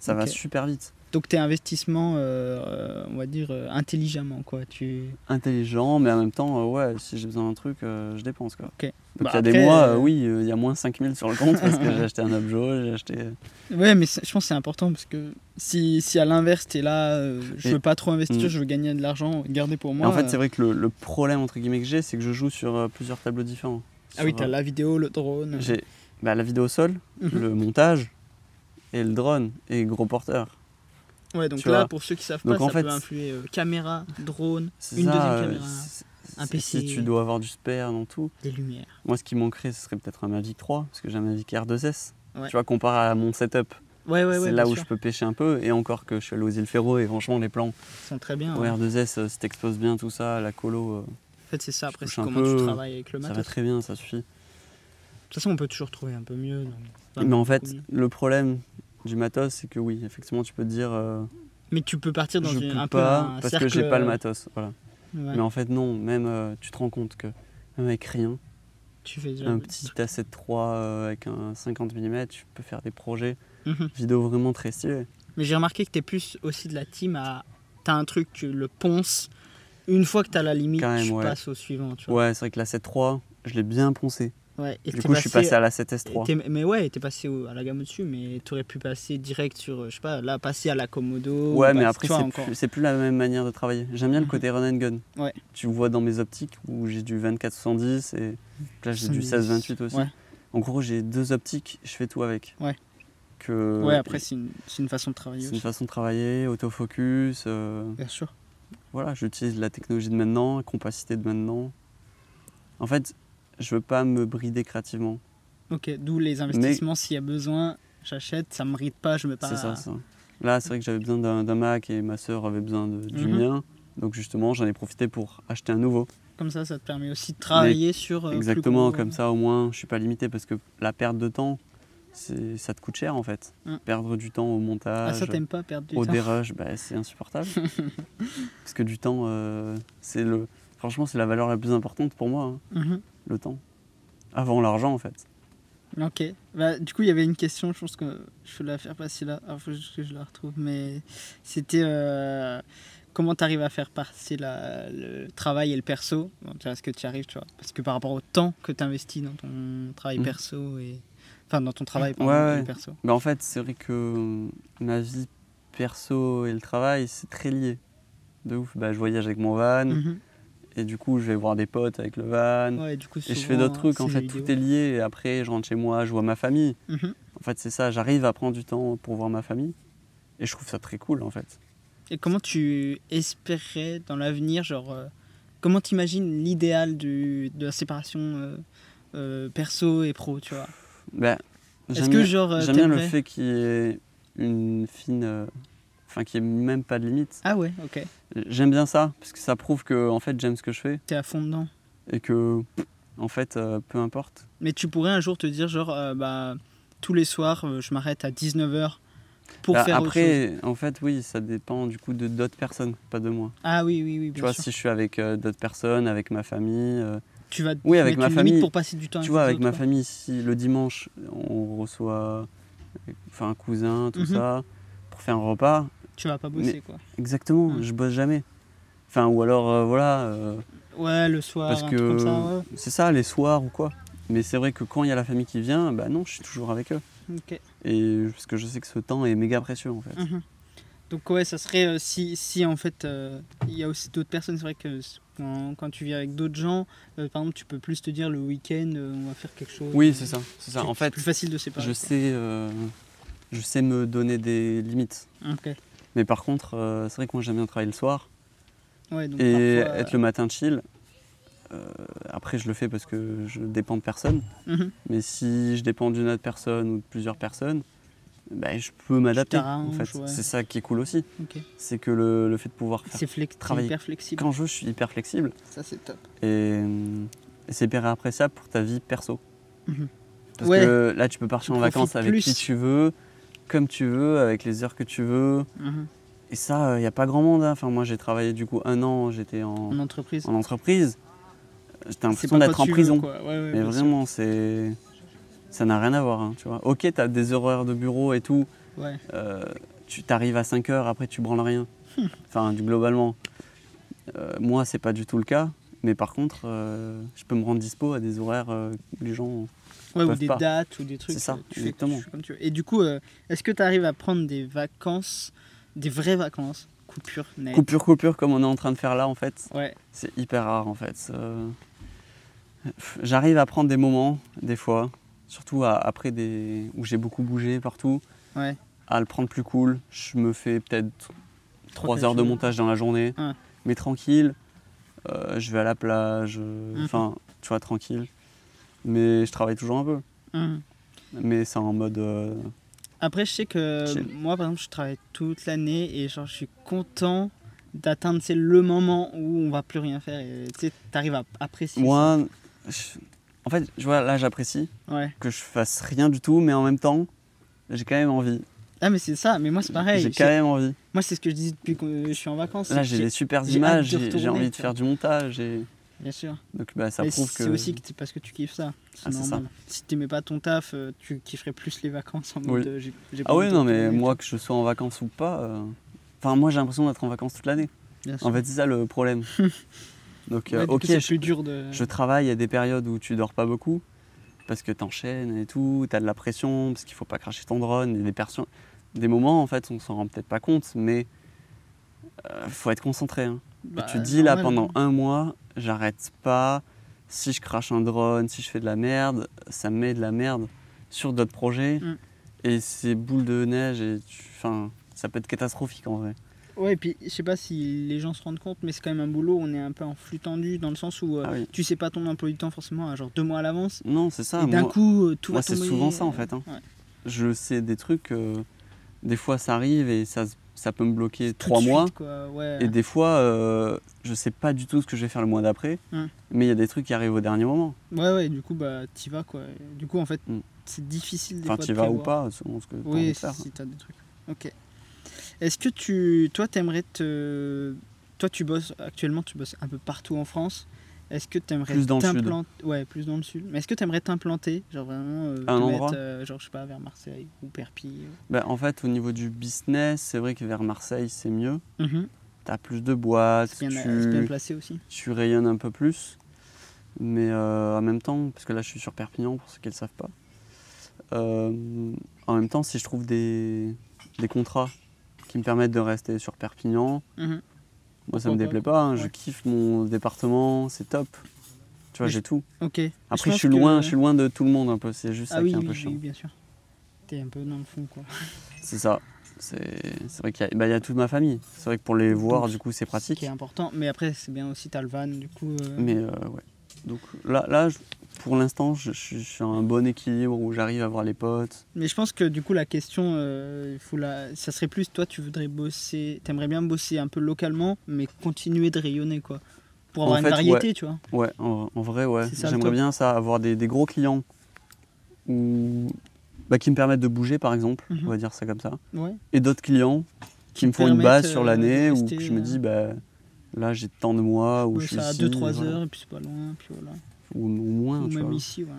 B: Ça va
A: Ok.
B: super vite.
A: Donc tes investissements, euh, euh, on va dire euh, intelligemment, quoi. Tu.
B: Intelligent, mais en même temps, euh, ouais, si j'ai besoin d'un truc, euh, je dépense quoi.
A: Ok.
B: Donc
A: Bah,
B: il y a des
A: après,
B: mois,
A: euh,
B: euh, oui, euh, il y a moins 5000 sur le compte
A: [laughs]
B: parce que j'ai acheté un objet, j'ai acheté.
A: Ouais, mais c'est- je pense que c'est important parce que si, si à l'inverse t'es là, euh, je
B: Et-
A: veux pas trop investir,
B: Mm.
A: je veux gagner de l'argent, garder pour
B: Et
A: moi.
B: en fait, c'est
A: euh,
B: vrai que le, le problème entre guillemets que j'ai, c'est que je joue sur euh, plusieurs tableaux différents.
A: Ah oui,
B: Sur,
A: t'as
B: euh,
A: la vidéo, le drone.
B: J'ai bah, la vidéo sol,
A: Mhm.
B: le montage et le drone et gros porteur.
A: Ouais, donc
B: tu
A: là,
B: vois.
A: pour ceux qui savent
B: Donc,
A: pas,
B: en
A: ça
B: fait,
A: peut influer euh, caméra, drone,
B: C'est
A: Une deuxième
B: euh,
A: caméra,
B: c'est-
A: un
B: c'est-
A: PC.
B: Si tu dois avoir du spare dans tout.
A: des lumières.
B: Moi, ce qui manquerait, ce serait peut-être un Mavic 3 parce que j'ai un Mavic R2S.
A: Ouais.
B: Tu vois, comparé à mon setup,
A: Ouais, ouais, ouais.
B: c'est
A: bien
B: là où
A: sûr.
B: je peux pêcher un peu. Et encore que je suis allé aux îles Ferro et franchement, les plans
A: Ils sont très bien.
B: au
A: hein.
B: R2S, euh, si t'exposes bien tout ça, la colo. euh,
A: En fait, c'est ça. Après,
B: touche
A: c'est
B: un
A: comment
B: peu,
A: tu travailles avec le
B: Ça
A: matos.
B: va très bien, ça suffit.
A: De toute façon, on peut toujours trouver un peu mieux. donc, enfin,
B: Mais en
A: beaucoup
B: fait,
A: mieux.
B: le problème du matos, c'est que oui, effectivement, tu peux te dire euh,
A: Mais tu peux partir dans
B: je
A: une, un
B: peux
A: peu
B: pas
A: un
B: parce
A: cercle,
B: que j'ai pas le
A: euh,
B: matos. Voilà.
A: ouais,
B: Mais en fait, non, même euh, tu te rends compte que même avec rien,
A: tu fais déjà
B: un
A: le
B: petit
A: truc.
B: A7 III euh, avec un 50 mm, tu peux faire des projets
A: Mhm.
B: vidéo vraiment très stylés.
A: Mais j'ai remarqué que t'es plus aussi de la team à. T'as un truc, tu le ponces. Une fois que t'as la limite,
B: Quand même,
A: tu
B: ouais.
A: passes au suivant. Tu vois.
B: Ouais, c'est vrai que l'A7 III, je l'ai bien poncé.
A: Ouais, et
B: Du
A: t'es
B: coup, je suis passé à l'A7S
A: et
B: III.
A: t'es- Mais ouais, t'es passé au- à la gamme au-dessus, mais t'aurais pu passer direct sur, euh, je sais pas, là, passer à la Komodo.
B: Ouais,
A: ou
B: mais
A: passer-
B: après,
A: bah, tu vois,
B: c'est
A: encore.
B: plus, c'est plus la même manière de travailler. J'aime bien le
A: Mhm.
B: côté run and gun.
A: Ouais.
B: Tu vois dans mes optiques où j'ai du 24-70 et là j'ai du
A: 70.
B: 16-28 aussi.
A: Ouais.
B: En gros, j'ai deux optiques, je fais tout avec.
A: Ouais.
B: Que
A: Ouais, après, c'est une, c'est une façon de travailler
B: c'est une
A: aussi.
B: façon de travailler, autofocus. euh,
A: Bien sûr.
B: voilà, j'utilise la technologie de maintenant, la compacité de maintenant. En fait, je veux pas me brider créativement.
A: Ok, d'où les investissements, s'il y a besoin, j'achète, ça ne mérite pas, je me pas.
B: C'est ça, ça. Là, c'est vrai que j'avais besoin d'un d'un Mac et ma sœur avait besoin de- du
A: Mhm.
B: mien. Donc justement, j'en ai profité pour acheter un nouveau.
A: Comme ça, ça te permet aussi de travailler sur. euh, plus
B: Exactement,
A: gros,
B: comme
A: euh,
B: ça au moins je suis pas limité parce que la perte de temps, c'est- ça te coûte cher en fait.
A: Hum.
B: Perdre du temps au montage,
A: Ah, ça, t'aimes pas perdre du
B: au
A: temps.
B: dérush, bah,
A: [laughs]
B: c'est insupportable. parce que du temps, euh, c'est le, franchement c'est la valeur la plus importante pour moi, hein,
A: Mhm.
B: le temps. Avant l'argent en fait.
A: Ok. Bah, du coup, il y avait une question, je pense Ah, que je peux la faire passer là. Il faut juste que je la retrouve, mais c'était. euh, comment tu arrives à faire passer la- le travail et le perso Bon, tu vois, Est-ce que tu y arrives, tu vois Parce que par rapport au temps que tu investis dans ton travail
B: Mhm.
A: perso et. Enfin, dans ton travail
B: Ouais,
A: pardon, et
B: ouais.
A: le perso.
B: Bah, en fait, c'est vrai que euh, ma vie perso et le travail, c'est très lié. De ouf. Bah, je voyage avec mon van
A: Mhm.
B: et du coup, je vais voir des potes avec le van.
A: Ouais, du coup,
B: Et je
A: souvent,
B: fais d'autres trucs,
A: c'est
B: en fait,
A: les vidéos.
B: tout est lié. Et après, je rentre chez moi, je vois ma famille.
A: Mhm.
B: En fait, c'est ça, j'arrive à prendre du temps pour voir ma famille. Et je trouve ça très cool, en fait.
A: Et comment tu espérais dans l'avenir, genre, euh, comment t'imagines l'idéal du- de la séparation euh, euh, perso et pro, tu vois
B: Ben,
A: Est-ce
B: j'aime
A: que
B: bien-
A: genre euh,
B: j'aime bien le
A: t'aimerais-
B: fait qu'il y ait une fine. euh, Enfin, qu'il n'y ait même pas de limite.
A: Ah ouais, ok.
B: J'aime bien ça, parce que ça prouve que, en fait, j'aime ce que je fais.
A: T'es à fond dedans.
B: Et que, en fait, euh, peu importe.
A: Mais tu pourrais un jour te dire, genre, euh, bah, tous les soirs, euh, je m'arrête à 19h pour
B: Bah,
A: faire autre chose.
B: après, en fait, oui, ça dépend du coup de d'autres personnes, pas de moi.
A: Ah oui, oui, oui, bien
B: tu vois,
A: sûr.
B: si je suis avec euh, d'autres personnes, avec ma famille. euh,
A: Tu vas te
B: Oui, avec
A: mettre
B: ma
A: une
B: famille,
A: limite pour passer du temps
B: tu vois, avec
A: les
B: ma
A: autres,
B: famille, si le dimanche, on reçoit euh, enfin, un cousin, tout
A: Mhm.
B: ça, pour faire un repas,
A: quoi. Tu vas pas bosser,
B: Mais-
A: quoi.
B: exactement,
A: Mhm.
B: je bosse jamais. Enfin, ou alors, euh, voilà, euh,
A: Ouais, le soir,
B: parce
A: un
B: que
A: truc comme ça, ouais.
B: c'est ça, les soirs ou quoi. Mais c'est vrai que quand il y a la famille qui vient, bah non, je suis toujours avec eux.
A: Ok.
B: Et parce que je sais que ce temps est méga précieux, en fait.
A: Mhm. Donc ouais, ça serait euh, si, si en fait euh, il y a aussi d'autres personnes, c'est vrai que c- quand, quand tu vis avec d'autres gens, euh, par exemple tu peux plus te dire le week-end euh, on va faire quelque chose.
B: Oui, c'est ça, c'est ça.
A: C'est-
B: En
A: c'est
B: fait,
A: plus facile de séparer.
B: je
A: quoi.
B: sais, euh, je sais me donner des limites.
A: Ok.
B: Mais par contre, euh, c'est vrai que moi j'aime bien travailler le soir
A: Ouais, donc
B: et
A: parfois, euh,
B: être le matin chill. Euh, après, je le fais parce que je dépends de personne.
A: mhm.
B: Mais si je dépends d'une autre personne ou de plusieurs personnes, ben, je peux m'adapter. En fait,
A: t'arranges, ouais.
B: c'est ça qui est cool aussi.
A: Ok.
B: C'est que le, le fait de pouvoir faire.
A: [laughs] C'est flex- t'es
B: Travailler.
A: hyper flexible.
B: Quand je veux, je suis hyper flexible
A: Ça c'est top.
B: et, euh, et c'est hyper appréciable pour ta vie perso.
A: Mhm.
B: Parce
A: Ouais.
B: que là, tu peux partir
A: Tu
B: en vacances
A: profites
B: avec
A: plus.
B: qui tu veux, comme tu veux, avec les heures que tu veux.
A: Mhm.
B: Et ça, il n'y a pas grand monde. hein. Enfin, moi, j'ai travaillé du coup un an, j'étais en,
A: En entreprise.
B: en entreprise. euh, J'étais
A: C'est
B: l'impression
A: pas
B: d'être
A: quand
B: en
A: tu veux,
B: prison.
A: quoi. Ouais, ouais,
B: Mais
A: bien sûr.
B: vraiment, c'est. Ça n'a rien à voir, hein, tu vois. Ok, t'as des horaires de bureau et tout.
A: Ouais.
B: euh, tu t'arrives à 5 heures, après tu branles rien.
A: Hmm.
B: enfin, du- globalement. Euh, moi, c'est pas du tout le cas. Mais par contre, euh, je peux me rendre dispo à des horaires euh, que les gens.
A: Ouais, ou
B: peuvent
A: des
B: pas.
A: dates ou des trucs.
B: C'est ça,
A: euh, tu fais-
B: exactement.
A: tu fais comme tu veux. Et du coup, euh, est-ce que tu arrives à prendre des vacances, des vraies vacances, coupure net
B: Coupure, coupure, comme on est en train de faire là, en fait.
A: Ouais.
B: C'est hyper rare, en fait. Euh, pff, J'arrive à prendre des moments, des fois, surtout à- après des. où j'ai beaucoup bougé partout,
A: Ouais.
B: à le prendre plus cool. Je me fais peut-être 3 heures de
A: montage
B: montage dans la journée,
A: Ouais.
B: mais tranquille. Euh, je vais à la plage, euh,
A: Mhm.
B: enfin, tu vois, tranquille. Mais je travaille toujours un peu. Mais c'est en mode. euh,
A: Hum. Après, je sais que
B: Chill.
A: moi, par exemple, je travaille toute l'année et genre, je suis content d'atteindre c'est le moment où on va plus rien faire et tu sais t'arrives à apprécier
B: moi, je- en fait, je vois, là, j'apprécie
A: ça. ouais
B: que je fasse rien du tout, mais en même temps, j'ai quand même envie.
A: ah mais c'est ça mais moi c'est pareil
B: J'ai
A: C'est-
B: quand même envie.
A: moi c'est ce que je dis depuis que je suis en vacances
B: Là,
A: c'est que
B: j'ai des super
A: j'ai
B: images,
A: hâte de
B: j'ai j'ai
A: retourner,
B: envie de
A: tu
B: faire du montage. Et...
A: bien sûr
B: Donc, bah, ça
A: Mais
B: prouve que.
A: c'est aussi que c'est parce que tu kiffes ça c'est
B: Ah, c'est ça.
A: normal si t'aimais pas ton taf euh, tu kifferais plus les vacances en
B: Oui.
A: mode euh, j'ai- j'ai pas
B: Ah, oui,
A: envie de
B: non, mais
A: retourner.
B: moi, que je sois en vacances ou pas. euh, Enfin, moi, j'ai l'impression d'être en vacances toute l'année.
A: Bien sûr.
B: En fait, c'est ça
A: [laughs]
B: le problème. Donc, euh,
A: Ouais, du coup,
B: ok,
A: c'est
B: je,
A: plus dur de
B: je travaille, il y a des périodes où tu dors pas beaucoup parce que t'enchaînes et tout, t'as de la pression parce qu'il faut pas cracher ton drone. Il y a des, perso- des moments, en fait, on s'en rend peut-être pas compte, mais euh, faut être concentré. hein.
A: Bah,
B: tu te dis là
A: normal.
B: pendant un mois, j'arrête pas. Si je crache un drone, si je fais de la merde, ça me met de la merde sur d'autres projets.
A: Mm.
B: Et c'est boule de neige et tu- enfin, ça peut être catastrophique en vrai.
A: Ouais, et puis je sais pas si les gens se rendent compte, mais c'est quand même un boulot, on est un peu en flux tendu dans le sens où euh,
B: Ah oui.
A: tu sais pas ton emploi du temps forcément, à genre deux mois à l'avance,
B: Non, c'est ça.
A: et d'un
B: moi-
A: coup euh, tout
B: moi,
A: va
B: c'est
A: tomber.
B: souvent ça, en
A: euh,
B: fait, hein.
A: ouais.
B: je sais des trucs, euh, des fois ça arrive et ça, ça peut me bloquer
A: Tout
B: trois
A: de suite,
B: mois.
A: quoi, ouais.
B: Et des fois, euh, je sais pas du tout ce que je vais faire le mois d'après,
A: Mm.
B: mais il y a des trucs qui arrivent au dernier moment.
A: ouais, ouais, du coup, bah t'y vas quoi. Et Du coup, en fait,
B: Mm.
A: c'est difficile des
B: Enfin,
A: fois
B: tu
A: de
B: vas ou
A: prévoir.
B: pas, selon ce que tu as envie
A: Oui,
B: de faire.
A: si t'as des trucs. Ok. Est-ce que tu, toi, t'aimerais te, toi, tu bosses actuellement, tu bosses un peu partout en France. Est-ce que t'aimerais
B: Plus dans le sud.
A: t'implanter, ouais, plus dans le sud. Mais est-ce que t'aimerais t'implanter, genre vraiment, euh,
B: À un
A: te
B: endroit
A: mettre, euh, genre je sais pas, vers Marseille ou Perpignan.
B: Ben, Bah, en fait, au niveau du business, c'est vrai que vers Marseille, c'est mieux. tu as plus de boîtes,
A: C'est bien,
B: tu-
A: c'est bien placé aussi.
B: tu rayonnes un peu plus. Mais euh, en même temps, parce que là je suis sur Perpignan pour ceux qui ne le savent pas, euh, en même temps, si je trouve des, des contrats qui me permettent de rester sur Perpignan,
A: Mhm.
B: moi ça me
A: Pourquoi pas
B: déplaît pas, hein, je
A: Ouais.
B: kiffe mon département, c'est top. Tu vois,
A: Mais
B: j'ai tout.
A: Ok. Mais
B: Après, je,
A: pense
B: suis loin,
A: que-
B: je suis loin de tout le monde un peu, c'est juste
A: Ah
B: ça
A: oui,
B: qui est un
A: oui,
B: peu
A: oui,
B: chiant.
A: bien sûr. T'es un peu dans le fond, quoi.
B: C'est ça. C'est c'est vrai qu'il y, a- bah, il y a toute ma famille. C'est vrai que pour les voir,
A: Donc,
B: du coup, c'est
A: Ce
B: pratique.
A: qui est important. Mais après, c'est bien aussi, t'as le van, du coup. euh,
B: Mais euh, ouais. Donc là, là je- pour l'instant, je, je suis sur un bon équilibre où j'arrive à voir les potes.
A: Mais je pense que du coup la question, euh, il faut la... ça serait plus toi tu voudrais bosser, t'aimerais bien bosser un peu localement, mais continuer de rayonner quoi, pour avoir
B: En
A: une
B: fait,
A: variété tu vois.
B: Ouais, en, en vrai, ouais.
A: C'est ça, le
B: J'aimerais
A: top.
B: bien ça, avoir des, des gros clients ou bah, qui me permettent de bouger, par exemple.
A: Mhm.
B: On va dire ça comme ça.
A: Ouais.
B: Et d'autres clients qui me
A: te
B: font une base
A: permettent,
B: sur
A: euh,
B: l'année
A: de
B: où
A: rester,
B: je me
A: euh,
B: dis, bah, là, j'ai tant de mois où
A: Ouais,
B: je suis
A: ça a
B: ici,
A: 2-3
B: voilà.
A: heures et puis c'est pas loin, puis voilà.
B: Ou, ou moins,
A: Ou
B: tu
A: même
B: vois.
A: ici, ouais.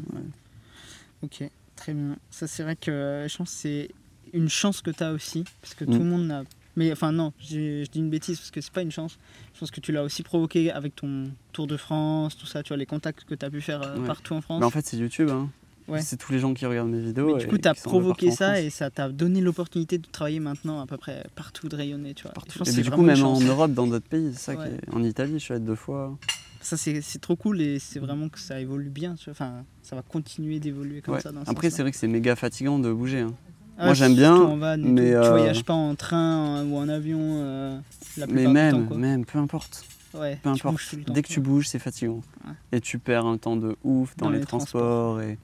A: Ok, très bien. Ça c'est vrai que euh, je pense que c'est une chance que t'as aussi, parce que
B: Mm.
A: tout le monde n'a. Mais enfin non, j'ai- je dis une bêtise parce que c'est pas une chance. Je pense que tu l'as aussi provoqué avec ton Tour de France, tout ça, tu vois, les contacts que t'as pu faire euh,
B: Ouais.
A: partout en France.
B: Mais en fait, c'est YouTube. Hein.
A: Ouais.
B: C'est tous les gens qui regardent mes vidéos.
A: Mais du
B: et
A: coup, t'as
B: qui sont un peu
A: provoqué
B: partout en France.
A: ça et ça t'a donné l'opportunité de travailler maintenant à peu près partout, de rayonner, tu vois. Et je pense
B: Et
A: que
B: du
A: c'est
B: coup,
A: vraiment
B: même
A: une
B: en
A: chance.
B: Europe, dans d'autres pays, c'est ça qui
A: Ouais.
B: est- En Italie, je suis allé deux fois.
A: Ça, c'est c'est trop cool et c'est vraiment que ça évolue bien, tu vois. Enfin, ça va continuer d'évoluer comme
B: Ouais.
A: ça. Dans ce
B: Après, c'est
A: sens-là.
B: vrai que c'est méga fatigant de bouger. hein.
A: Ah
B: moi,
A: ouais,
B: j'aime
A: surtout
B: bien,
A: en van et tout.
B: mais,
A: Tu
B: euh,
A: voyages pas en train euh, ou en avion euh, la plupart
B: Mais
A: du
B: même,
A: temps, quoi.
B: même, peu importe.
A: Ouais,
B: Peu
A: tu
B: importe.
A: bouges tout le temps,
B: Dès que tu
A: quoi.
B: bouges, c'est fatigant.
A: Ouais.
B: Et tu perds un temps de ouf dans,
A: Dans
B: les,
A: les
B: transports.
A: transports.
B: Et...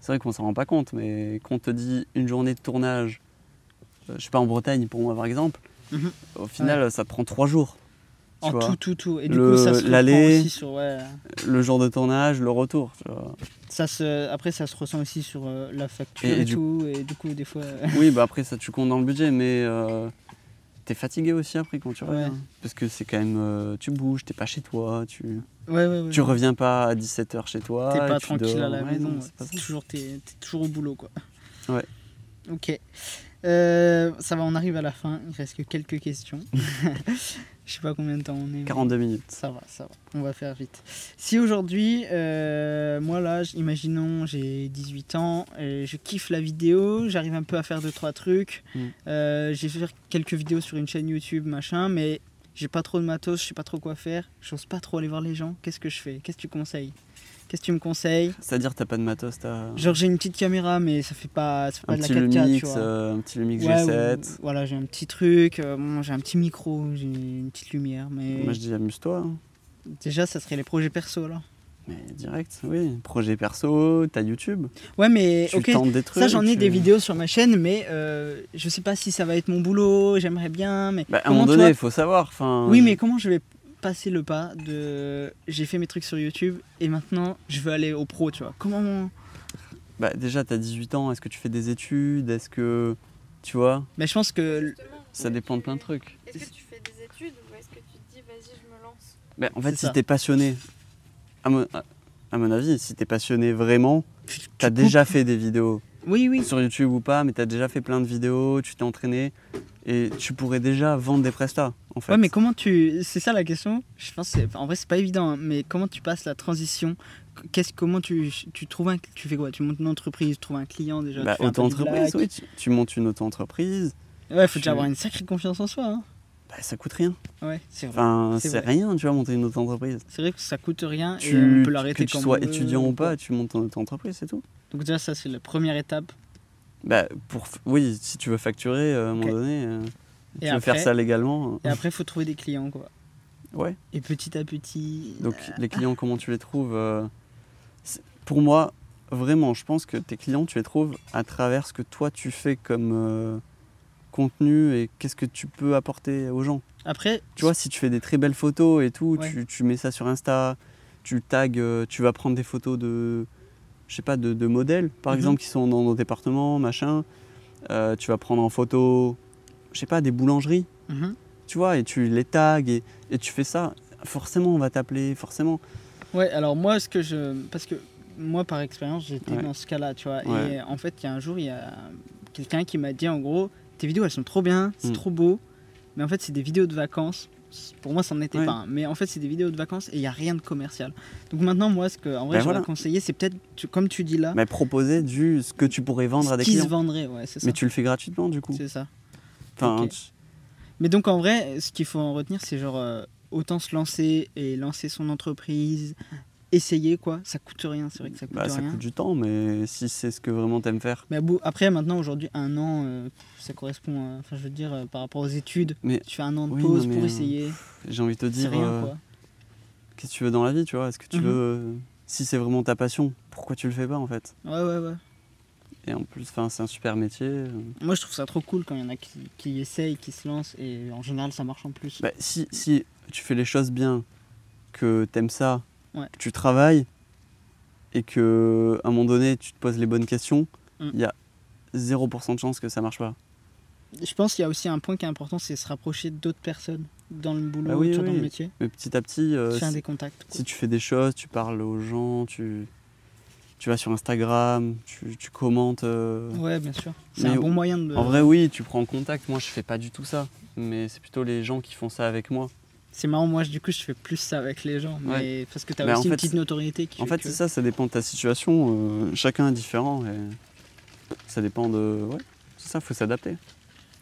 B: C'est vrai qu'on s'en rend pas compte, mais quand on te dit une journée de tournage, euh, je sais pas, en Bretagne pour moi par exemple,
A: Mhm.
B: au final, ça te prend trois jours. tu
A: En
B: vois.
A: tout, tout, tout. Et du
B: Le-
A: coup, ça se reprend
B: l'aller.
A: aussi sur. ouais.
B: Le jour de tournage, le retour. tu vois.
A: Ça se... Après, ça se ressent aussi sur euh, la facture
B: Et-
A: et,
B: et du-
A: tout. Et du coup, des fois. euh, [laughs]
B: Oui, bah après, ça tu comptes dans le budget, mais euh, t'es fatigué aussi après quand tu
A: Ouais.
B: reviens. Parce que c'est quand même. euh, tu bouges, t'es pas chez toi, tu,
A: Ouais, ouais, ouais.
B: tu reviens pas à 17h chez toi.
A: T'es
B: et
A: pas
B: tu
A: tranquille
B: dors.
A: à la
B: Ouais,
A: maison,
B: non,
A: ouais.
B: c'est pas
A: C'est
B: ça.
A: toujours, t'es, t'es toujours au boulot quoi.
B: Ouais.
A: Ok. Euh, ça va, on arrive à la fin. Il reste que quelques questions. [laughs] Je sais pas combien de temps on est. mais
B: 42 minutes.
A: Ça va, ça va. On va faire vite. Si aujourd'hui, euh, moi là, j- imaginons, j'ai 18 ans, et je kiffe la vidéo, j'arrive un peu à faire 2-3 trucs,
B: Mm.
A: euh, j'ai fait quelques vidéos sur une chaîne YouTube, machin, mais j'ai pas trop de matos, je sais pas trop quoi faire, j'ose pas trop aller voir les gens, qu'est-ce que je fais Qu'est-ce que tu conseilles Qu'est-ce que tu me conseilles
B: C'est-à-dire, t'as pas de matos, t'as.
A: Genre j'ai une petite caméra, mais ça fait pas, ça fait pas
B: un
A: de la 4K,
B: petit
A: tu
B: Lumix,
A: vois.
B: euh, un petit Lumix
A: Ouais,
B: G7.
A: ou- voilà, j'ai un petit truc, euh, bon, j'ai un petit micro, j'ai une petite lumière, mais
B: Moi je dis amuse-toi, hein.
A: déjà ça serait les projets perso là.
B: mais direct, oui. Projet perso, t'as YouTube,
A: Ouais, mais
B: tu
A: ok,
B: tentes des trucs.
A: ça j'en ai
B: tu-
A: des vidéos sur ma chaîne, mais euh, je sais pas si ça va être mon boulot, j'aimerais bien, mais.
B: Bah, à un
A: comment
B: moment
A: toi-
B: donné, il faut savoir. Enfin, euh,
A: Oui, mais comment je vais passer le pas de j'ai fait mes trucs sur YouTube et maintenant je veux aller au pro, tu vois Comment
B: Bah, déjà, t'as 18 ans, est-ce que tu fais des études Est-ce que. Tu vois,
A: Mais je pense que
B: ça dépend de plein de trucs.
C: Est-ce que tu fais des études ou est-ce que tu te dis vas-y je me lance
B: Bah, en fait,
A: C'est
B: si
A: ça.
B: t'es passionné, à mon, à- à mon avis, si t'es passionné vraiment,
A: tu- tu
B: t'as
A: coupes-
B: déjà fait des vidéos
A: Oui, oui.
B: sur YouTube ou pas, mais t'as déjà fait plein de vidéos, tu t'es entraîné et tu pourrais déjà vendre des prestats en fait.
A: Ouais, mais comment tu. C'est ça la question. Je pense que c'est- en vrai, c'est pas évident, hein, mais comment tu passes la transition Qu'est-ce, Comment tu, tu trouves un. Tu fais quoi Tu montes une entreprise, tu trouves un client déjà
B: Bah,
A: tu fais un peu de
B: auto-entreprise,
A: blagues.
B: oui, tu, tu montes une auto-entreprise,
A: Ouais, faut déjà
B: Tu-
A: avoir une sacrée confiance en soi. hein.
B: bah, ça coûte rien.
A: Ouais, c'est vrai.
B: Enfin,
A: C'est
B: c'est
A: vrai.
B: rien, tu vois, monter une auto-entreprise.
A: C'est vrai que ça coûte rien et
B: Tu,
A: on peut l'arrêter
B: que tu
A: quand
B: sois
A: on veut.
B: étudiant ou pas, tu montes ton auto-entreprise, c'est tout.
A: Donc, déjà, ça, c'est la première étape.
B: Bah, pour, f- oui, si tu veux facturer euh, à un moment
A: Ok.
B: donné, euh, tu
A: Et
B: veux
A: après-
B: faire ça légalement,
A: Et après, faut trouver des clients, quoi.
B: euh, ouais.
A: Et petit à petit.
B: Donc les clients, comment tu les trouves euh, c'est- Pour moi, vraiment, je pense que tes clients, tu les trouves à travers ce que toi tu fais comme euh, contenu et qu'est-ce que tu peux apporter aux gens.
A: Après,
B: Tu vois, si tu fais des très belles photos et tout,
A: Ouais.
B: tu, tu mets ça sur Insta, tu tags, euh, tu vas prendre des photos de, je sais pas, de, de modèles, par
A: Mhm.
B: exemple, qui sont dans nos départements, machin. Euh, tu vas prendre en photo, je sais pas, des boulangeries
A: mhm.
B: tu vois, et tu les tags et, et tu fais ça, forcément on va t'appeler, forcément.
A: Ouais, alors moi, ce que je. Parce que moi, par expérience, j'étais
B: Ouais.
A: dans ce cas-là, tu vois.
B: Ouais.
A: Et en fait, il y a un jour, il y a quelqu'un qui m'a dit, en gros, tes vidéos, elles sont trop bien, c'est
B: Mm.
A: trop beau. Mais en fait, c'est des vidéos de vacances. pour moi, ça n'en était
B: Ouais.
A: pas un. Mais en fait, c'est des vidéos de vacances et il n'y a rien de commercial. Donc maintenant, moi, ce que en vrai,
B: Ben
A: j'aurais
B: voilà.
A: conseillé, c'est peut-être, tu- comme tu dis là,
B: Mais proposer du ce que tu pourrais vendre
A: Ah.
B: à
A: ce
B: des
A: qui se
B: clients.
A: vendrait. Ouais, c'est ça.
B: Mais tu le fais gratuitement du coup.
A: C'est ça.
B: Enfin,
A: ok.
B: tu-
A: Mais donc en vrai, ce qu'il faut en retenir, c'est genre euh, autant se lancer et lancer son entreprise, essayer quoi. Ça coûte rien, c'est vrai que ça coûte
B: bah, ça
A: rien.
B: coûte du temps, mais si c'est ce que vraiment t'aimes faire.
A: Mais à bout- après, maintenant, aujourd'hui, un an, euh, ça correspond, à- enfin, je veux dire, euh, par rapport aux études,
B: Mais-
A: tu fais un an de
B: oui,
A: pause
B: non, mais,
A: pour
B: euh,
A: essayer,
B: J'ai envie de te
A: c'est
B: dire,
A: rien,
B: euh,
A: quoi.
B: qu'est-ce que tu veux dans la vie, tu vois Est-ce que tu
A: Mhm.
B: veux, euh, si c'est vraiment ta passion, pourquoi tu le fais pas en fait
A: Ouais, ouais, ouais.
B: Et en plus, enfin, c'est un super métier. euh.
A: Moi, je trouve ça trop cool quand il y en a qui, qui essayent, qui se lancent, et en général, ça marche en plus.
B: Bah, si, si tu fais les choses bien, que t'aimes ça,
A: Ouais.
B: que tu travailles et que à un moment donné tu te poses les bonnes questions,
A: Mm.
B: il y a 0% de chance que ça marche pas. Bah.
A: Je pense qu'il y a aussi un point qui est important, c'est se rapprocher d'autres personnes dans le boulot,
B: Bah oui,
A: tu vois, dans le
B: oui.
A: métier,
B: Mais petit à petit, euh,
A: faire
B: si,
A: des contacts. quoi.
B: si tu fais des choses, tu parles aux gens, tu, tu vas sur Instagram, tu, tu commentes. euh,
A: Ouais, bien sûr. C'est
B: Mais
A: un
B: au-
A: bon moyen de.
B: En vrai, oui, tu prends contact. Moi, je fais pas du tout ça. Mais c'est plutôt les gens qui font ça avec moi.
A: C'est marrant, moi, du coup, je fais plus ça avec les gens, mais parce que t'as
B: Mais Bah, en
A: aussi une
B: fait,
A: petite notoriété qui.
B: En
A: fait
B: fait,
A: que-
B: c'est ça, ça dépend de ta situation. euh, chacun est différent et ça dépend de. Ouais, c'est ça, faut s'adapter.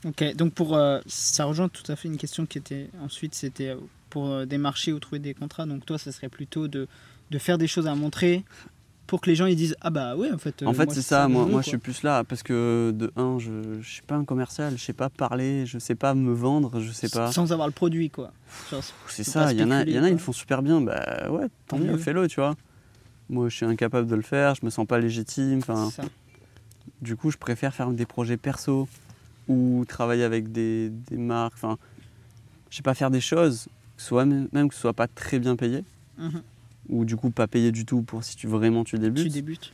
A: Ok, donc pour euh, ça rejoint tout à fait une question qui était ensuite, c'était euh, pour euh, démarcher ou trouver des contrats. Donc toi, ça serait plutôt de, de faire des choses à montrer pour que les gens ils disent ah bah oui en fait. euh,
B: en fait,
A: moi,
B: c'est
A: que
B: ça,
A: je
B: moi,
A: veux,
B: moi
A: quoi.
B: je suis plus là parce que de un, je, je suis pas un commercial, je sais pas parler, je sais pas me vendre, je sais pas.
A: Sans avoir le produit quoi. Genre, c'est-
B: C'est
A: faut
B: ça,
A: pas
B: il y en a, il
A: spéculer,
B: y en a ils
A: quoi.
B: le font super bien, bah ouais, tant
A: Tant
B: mieux,
A: mieux.
B: fais-le, tu vois. Moi, je suis incapable de le faire, je me sens pas légitime, enfin.
A: c'est ça.
B: Du coup, je préfère faire des projets perso ou travailler avec des, des marques. Enfin, je sais pas faire des choses, que ce soit même, même que ce soit pas très bien payé
A: Mhm.
B: ou du coup pas payé du tout pour si tu vraiment tu débutes.
A: Tu débutes.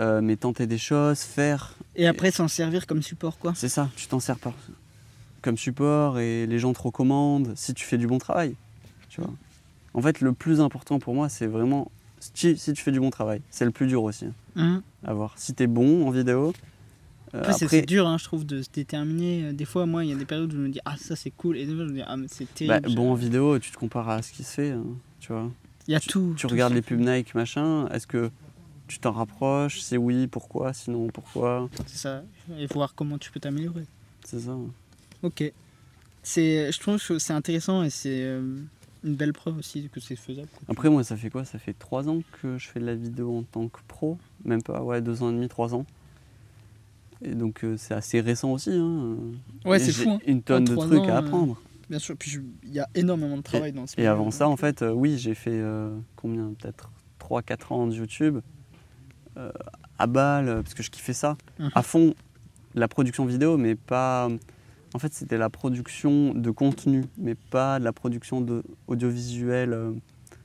B: Euh, mais tenter des choses, faire,
A: Et après s'en servir comme support quoi.
B: c'est ça. Tu t'en sers par- comme support et les gens te recommandent si tu fais du bon travail. Tu vois. En fait, le plus important pour moi, c'est vraiment si, si tu fais du bon travail. C'est le plus dur aussi.
A: Mhm.
B: À voir. Si t'es bon en vidéo. euh,
A: Après, c'est- c'est dur hein, je trouve de se déterminer. Euh, Des fois moi il y a des périodes où je me dis ah ça c'est cool et des fois je me dis ah mais c'est
B: Bah,
A: terrible.
B: bon, en vidéo, tu te compares à ce qui se fait, hein, tu vois.
A: il y a tout.
B: Tu
A: tout.
B: regardes les pubs Nike, machin, est-ce que tu t'en rapproches Si oui, pourquoi Sinon, pourquoi
A: C'est ça. Et voir comment tu peux t'améliorer.
B: C'est ça. hein.
A: Ok. C'est, euh, je trouve que c'est intéressant et c'est euh, une belle preuve aussi que c'est faisable. quoi.
B: Après, moi, ça fait quoi Ça fait trois ans que je fais de la vidéo en tant que pro. Même pas, ouais, deux ans et demi, trois ans. Et donc, euh, c'est assez récent aussi. hein.
A: Ouais,
B: Mais
A: c'est
B: j'ai
A: fou, hein.
B: Une tonne de
A: trois
B: trucs
A: ans,
B: à
A: euh,
B: apprendre.
A: bien sûr. Puis je- il y a énormément de travail dans ce
B: Et
A: milieu. hein.
B: avant ça, en fait, euh, oui, j'ai fait euh, combien Peut-être 3-4 ans de YouTube euh, à balle, euh, parce que je kiffais ça.
A: Mhm.
B: À fond, la production vidéo, mais pas. En fait, c'était la production de contenu, mais pas de la production de audiovisuel euh,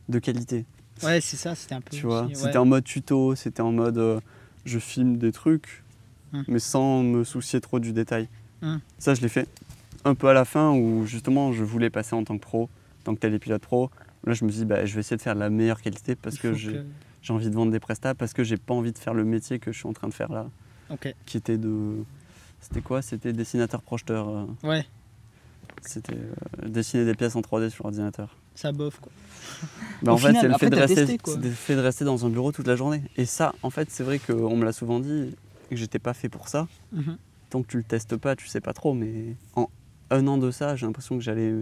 B: de qualité.
A: Ouais, c'est ça, c'était un peu.
B: Tu vois
A: aussi, ouais.
B: C'était en mode tuto, c'était en mode euh, je filme des trucs,
A: Mhm.
B: mais sans me soucier trop du détail.
A: Mhm.
B: Ça, je l'ai fait un peu à la fin où justement je voulais passer en tant que pro, en tant que télépilote pro. Là, je me suis dit, bah, je vais essayer de faire de la meilleure qualité parce
A: Il
B: que
A: faut
B: j'ai j'ai envie de vendre des prestats, parce que j'ai pas envie de faire le métier que je suis en train de faire là,
A: Ok.
B: qui était de. C'était quoi C'était dessinateur-projeteur. euh,
A: Ouais,
B: C'était euh, dessiner des pièces en 3D sur ordinateur.
A: ça bof quoi.
B: Bah,
A: Au
B: en fait,
A: final,
B: c'est le
A: après,
B: fait, de
A: t'as
B: rester,
A: testé, quoi.
B: c'est le fait de rester dans un bureau toute la journée. Et ça, en fait, c'est vrai qu'on me l'a souvent dit, que j'étais pas fait pour ça.
A: Mhm.
B: Tant que tu le testes pas, tu sais pas trop. Mais en un an de ça, j'ai l'impression que j'allais.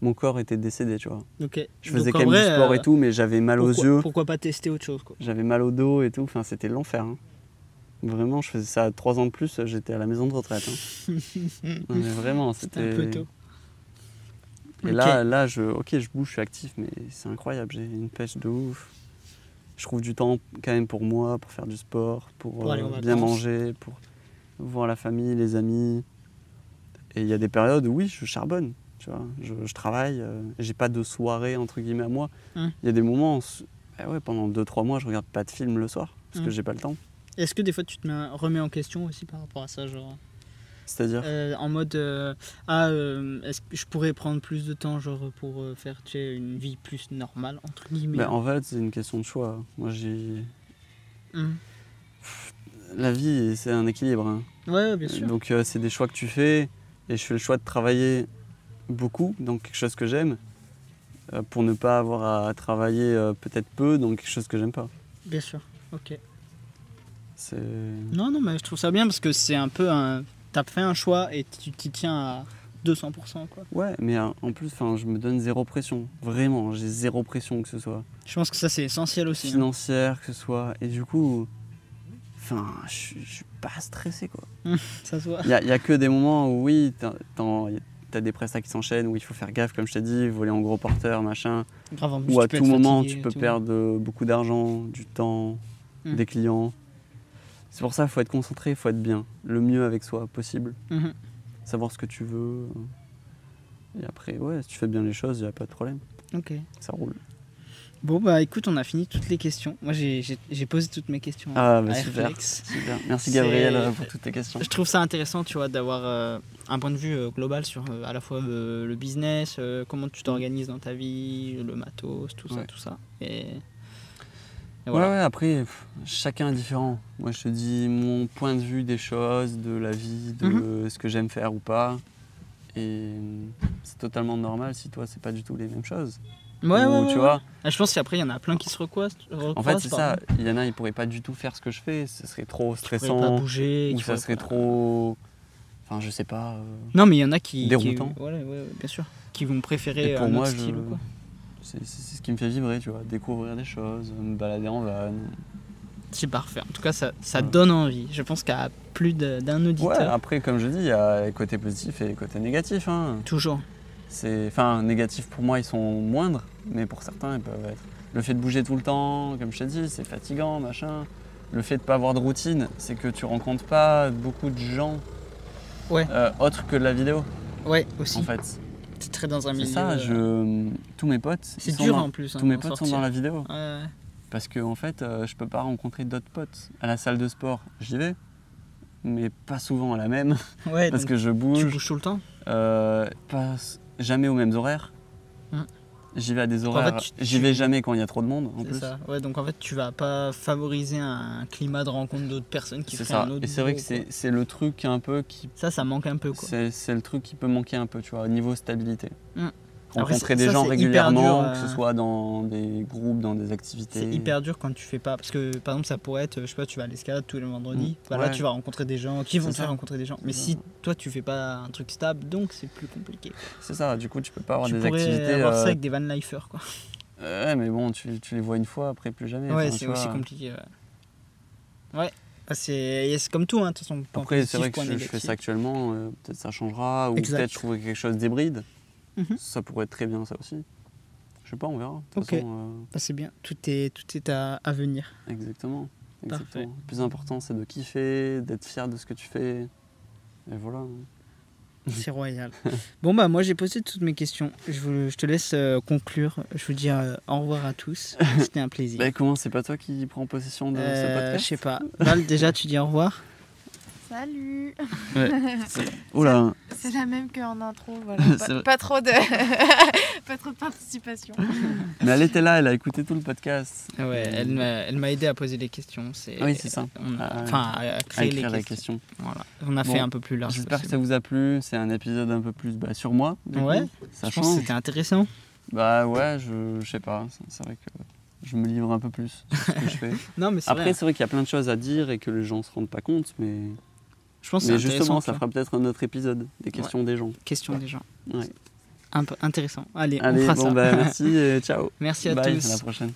B: Mon corps était décédé, tu vois.
A: Ok.
B: Je faisais
A: Donc, en
B: quand même du
A: vrai,
B: sport
A: euh,
B: et tout, mais j'avais mal aux
A: pourquoi-
B: yeux,
A: Pourquoi pas tester autre chose quoi.
B: j'avais mal au dos et tout. Enfin, c'était l'enfer. hein. Vraiment, je faisais ça à trois ans de plus, j'étais à la maison de retraite.
A: [laughs]
B: hein. non, mais vraiment,
A: C'était
B: c'était.
A: un peu tôt.
B: Et
A: Ok.
B: là, là je, ok, je bouge, je suis actif, mais c'est incroyable, j'ai une pêche de ouf. Je trouve du temps quand même pour moi, pour faire du sport, pour, euh,
A: Pour aller en
B: bien
A: vacances.
B: manger, pour voir la famille, les amis. Et il y a des périodes où oui, je charbonne, tu vois, je, je travaille, euh, j'ai pas de soirée entre guillemets à moi. Il
A: Mm.
B: y a des moments, où, eh ouais, pendant 2-3 mois, je regarde pas de film le soir, parce que
A: Mm.
B: j'ai pas le temps.
A: Est-ce que des fois tu te mets- remets en question aussi par rapport à ça, genre
B: C'est-à-dire,
A: euh, en mode euh, ah euh, est-ce que je pourrais prendre plus de temps genre pour euh, faire tu sais, une vie plus normale entre guillemets.
B: bah, en fait, c'est une question de choix. Moi, j'ai.
A: Mhm.
B: La vie, c'est un équilibre. hein.
A: Ouais, bien sûr.
B: Donc euh, c'est des choix que tu fais et je fais le choix de travailler beaucoup dans quelque chose que j'aime euh, pour ne pas avoir à travailler euh, peut-être peu dans quelque chose que j'aime pas.
A: Bien sûr. Ok.
B: C'est
A: Non, non, mais je trouve ça bien parce que c'est un peu un. T'as fait un choix et tu t'y tiens à 200%. Quoi.
B: ouais, mais euh, en plus, enfin, je me donne zéro pression. Vraiment, j'ai zéro pression que ce soit
A: Je pense que ça, c'est essentiel aussi. hein.
B: financière, que ce soit. Et du coup, enfin, je suis- je suis pas
A: [laughs]
B: stressé quoi.
A: Ça se voit.
B: Il y, a- y a que des moments où oui, t'as- t'en- y a- t'as des prestats qui s'enchaînent, où il faut faire gaffe, comme je t'ai dit, voler en gros porteur, machin.
A: Grave, en plus,
B: Ou à
A: tu peux
B: tout
A: être
B: moment,
A: fatigué
B: tu
A: et
B: peux
A: tout.
B: perdre euh, beaucoup d'argent, du temps,
A: Hmm.
B: des clients. C'est pour ça, faut être concentré, faut être bien, le mieux avec soi possible,
A: Mhm.
B: savoir ce que tu veux. euh, Et après, ouais, si tu fais bien les choses, il n'y a pas de problème,
A: Ok.
B: ça roule.
A: Bon, bah écoute, on a fini toutes les questions. Moi, j'ai- j'ai j'ai posé toutes mes questions. hein,
B: Ah, bah
A: à
B: super,
A: Airflex.
B: super. Merci
A: C'est-
B: Gabriel euh, pour toutes tes questions.
A: Je trouve ça intéressant, tu vois, d'avoir euh, un point de vue euh, global sur euh, à la fois euh, le business, euh, comment tu t'organises dans ta vie, le matos, tout ça,
B: Ouais.
A: tout ça. Et, et voilà.
B: Ouais, ouais, après, pff, chacun est différent. Moi, je te dis mon point de vue des choses, de la vie, de
A: Mhm.
B: ce que j'aime faire ou pas. Et hum, c'est totalement normal si toi, c'est pas du tout les mêmes choses.
A: Ouais,
B: Ou,
A: ouais,
B: tu
A: ouais,
B: vois,
A: Ah, Je pense qu'après, il y en a plein qui se recroisent.
B: en fait, c'est ça. Il y en a, ils pourraient pas du tout faire ce que je fais. Ce serait
A: Ils
B: trop
A: hein. pas
B: stressant.
A: bouger.
B: Ou
A: tu
B: ça
A: vois,
B: serait
A: pas-
B: trop. Enfin, je sais pas. euh,
A: Non, mais il y en a qui. qui-
B: Déroutant.
A: voilà, ouais, ouais, bien sûr. Qui vont préférer
B: Et pour
A: un
B: moi,
A: autre style
B: je-
A: ou quoi.
B: c'est c'est- c'est ce qui me fait vibrer, tu vois. Découvrir des choses, me balader en van.
A: C'est parfait. En tout cas, ça, ça
B: Voilà.
A: donne envie. Je pense qu'à plus de- d'un
B: Ouais,
A: auditeur.
B: après, comme je dis, il y a les côtés positifs et les côtés négatifs. Hein.
A: Toujours.
B: C'est, enfin, négatifs pour moi, ils sont moindres, mais pour certains, ils peuvent être. Le fait de bouger tout le temps, comme je t'ai dit, c'est fatigant, machin. Le fait de pas avoir de routine, c'est que tu rencontres pas beaucoup de gens
A: Ouais.
B: euh, autres que de la vidéo,
A: Ouais, aussi.
B: en fait.
A: T'es très dans un
B: C'est
A: milieu.
B: ça,
A: euh,
B: je... tous mes potes, ils
A: C'est
B: sont
A: dur
B: dans-
A: en plus. hein,
B: tous mes
A: d'en
B: potes sont
A: sortir.
B: dans la vidéo.
A: Ouais, ouais.
B: Parce que, en fait, euh, je peux pas rencontrer d'autres potes. À la salle de sport, j'y vais, mais pas souvent à la même,
A: Ouais,
B: [laughs] parce
A: donc
B: que je
A: tu
B: bouge,
A: bouges tout le temps.
B: euh, pas jamais aux mêmes horaires.
A: Hmm.
B: J'y vais à des
A: En fait,
B: horaires.
A: tu-
B: J'y
A: tu-
B: vais jamais quand il y a trop de monde. En
A: C'est
B: plus.
A: ça. Ouais, donc en fait, tu vas pas favoriser un climat de rencontre d'autres personnes qui
B: C'est
A: feraient
B: ça.
A: un autre.
B: Et c'est vrai que
A: boulot, quoi.
B: c'est c'est le truc un peu qui.
A: Ça, ça manque un peu quoi.
B: C'est c'est le truc qui peut manquer un peu, tu vois, au niveau stabilité.
A: Hmm. Après,
B: Rencontrer
A: c'est-
B: des
A: ça,
B: gens
A: c'est hyper
B: régulièrement,
A: dur, euh,
B: que ce soit dans des groupes, dans des activités.
A: C'est hyper dur quand tu fais pas. Parce que par exemple, ça pourrait être, je sais pas, tu vas à l'escalade tous les vendredis.
B: Mm.
A: Bah, Là,
B: Ouais.
A: tu vas rencontrer des gens qui vont
B: C'est
A: te
B: ça.
A: faire rencontrer des gens. Mais
B: ça.
A: si toi, tu fais pas un truc stable, donc c'est plus compliqué.
B: C'est ça, du coup, tu peux pas avoir
A: tu
B: des
A: pourrais
B: activités.
A: avoir ça
B: euh,
A: avec des van lifers quoi.
B: Ouais, mais bon, tu, tu les vois une fois, après plus jamais.
A: Ouais,
B: enfin,
A: c'est
B: tu
A: aussi
B: vois.
A: compliqué. Ouais. ouais. Ah, C'est et c'est comme tout, hein, de toute façon. point
B: Après, c'est
A: positif,
B: vrai que
A: point
B: je, je
A: négatif.
B: fais ça actuellement, euh, peut-être ça changera, ou
A: Exact.
B: peut-être trouver quelque chose d'hybride.
A: Mhm.
B: Ça pourrait être très bien, ça aussi. Je sais pas, on verra. De toute
A: Ok.
B: façon,
A: Bah, c'est bien, tout est, tout est à, à venir.
B: euh, exactement.
A: Parfait.
B: exactement. Le plus important, c'est de kiffer, d'être fier de ce que tu fais. Et voilà.
A: [laughs] C'est royal. bon, bah, moi, j'ai posé toutes mes questions. Je, vous- je te laisse euh, conclure. Je vous dis euh, au revoir à
B: [laughs]
A: tous. C'était un plaisir.
B: Bah, comment c'est pas toi qui prends possession de
A: Euh,
B: ce
A: Je
B: podcast
A: sais pas. Val, déjà, tu dis au revoir.
C: Salut
B: Oula,
C: C'est la même qu'en intro, voilà.
B: [laughs] C'est
C: Pas,
B: vrai.
C: pas trop de... pas trop de [laughs] participation.
B: mais elle était là, elle a écouté tout le podcast.
A: Ouais,
B: Euh,
A: elle m'a, elle m'a aidé à poser les questions. C'est,
B: Oui, c'est ça.
A: on a-
B: À-
A: Enfin, à, à
B: à
A: créer les
B: écrire la
A: questions.
B: question.
A: Voilà. On a
B: Bon,
A: fait un peu plus large.
B: J'espère que ça
A: possible.
B: vous a plu. C'est un épisode un peu plus bah, sur moi. du
A: Ouais.
B: coup. Ça
A: Je pense que
B: change.
A: c'était intéressant.
B: Bah ouais, je, je sais pas. C'est- C'est vrai que je me livre un peu plus sur ce que je fais.
A: Non, mais [laughs] c'est
B: Après,
A: vrai.
B: c'est vrai qu'il y a plein de choses à dire et que les gens se rendent pas compte, mais,
A: Je pense que Oh, c'est
B: mais
A: intéressant.
B: justement, ça
A: tu
B: fera peut-être un autre épisode des questions des gens.
A: vois. Question des gens.
B: Ouais.
A: Un peu intéressant. Allez, on
B: Allez,
A: fera
B: bon
A: ça. [laughs]
B: bah merci et ciao.
A: Merci à
B: Bye,
A: tous.
B: à la prochaine.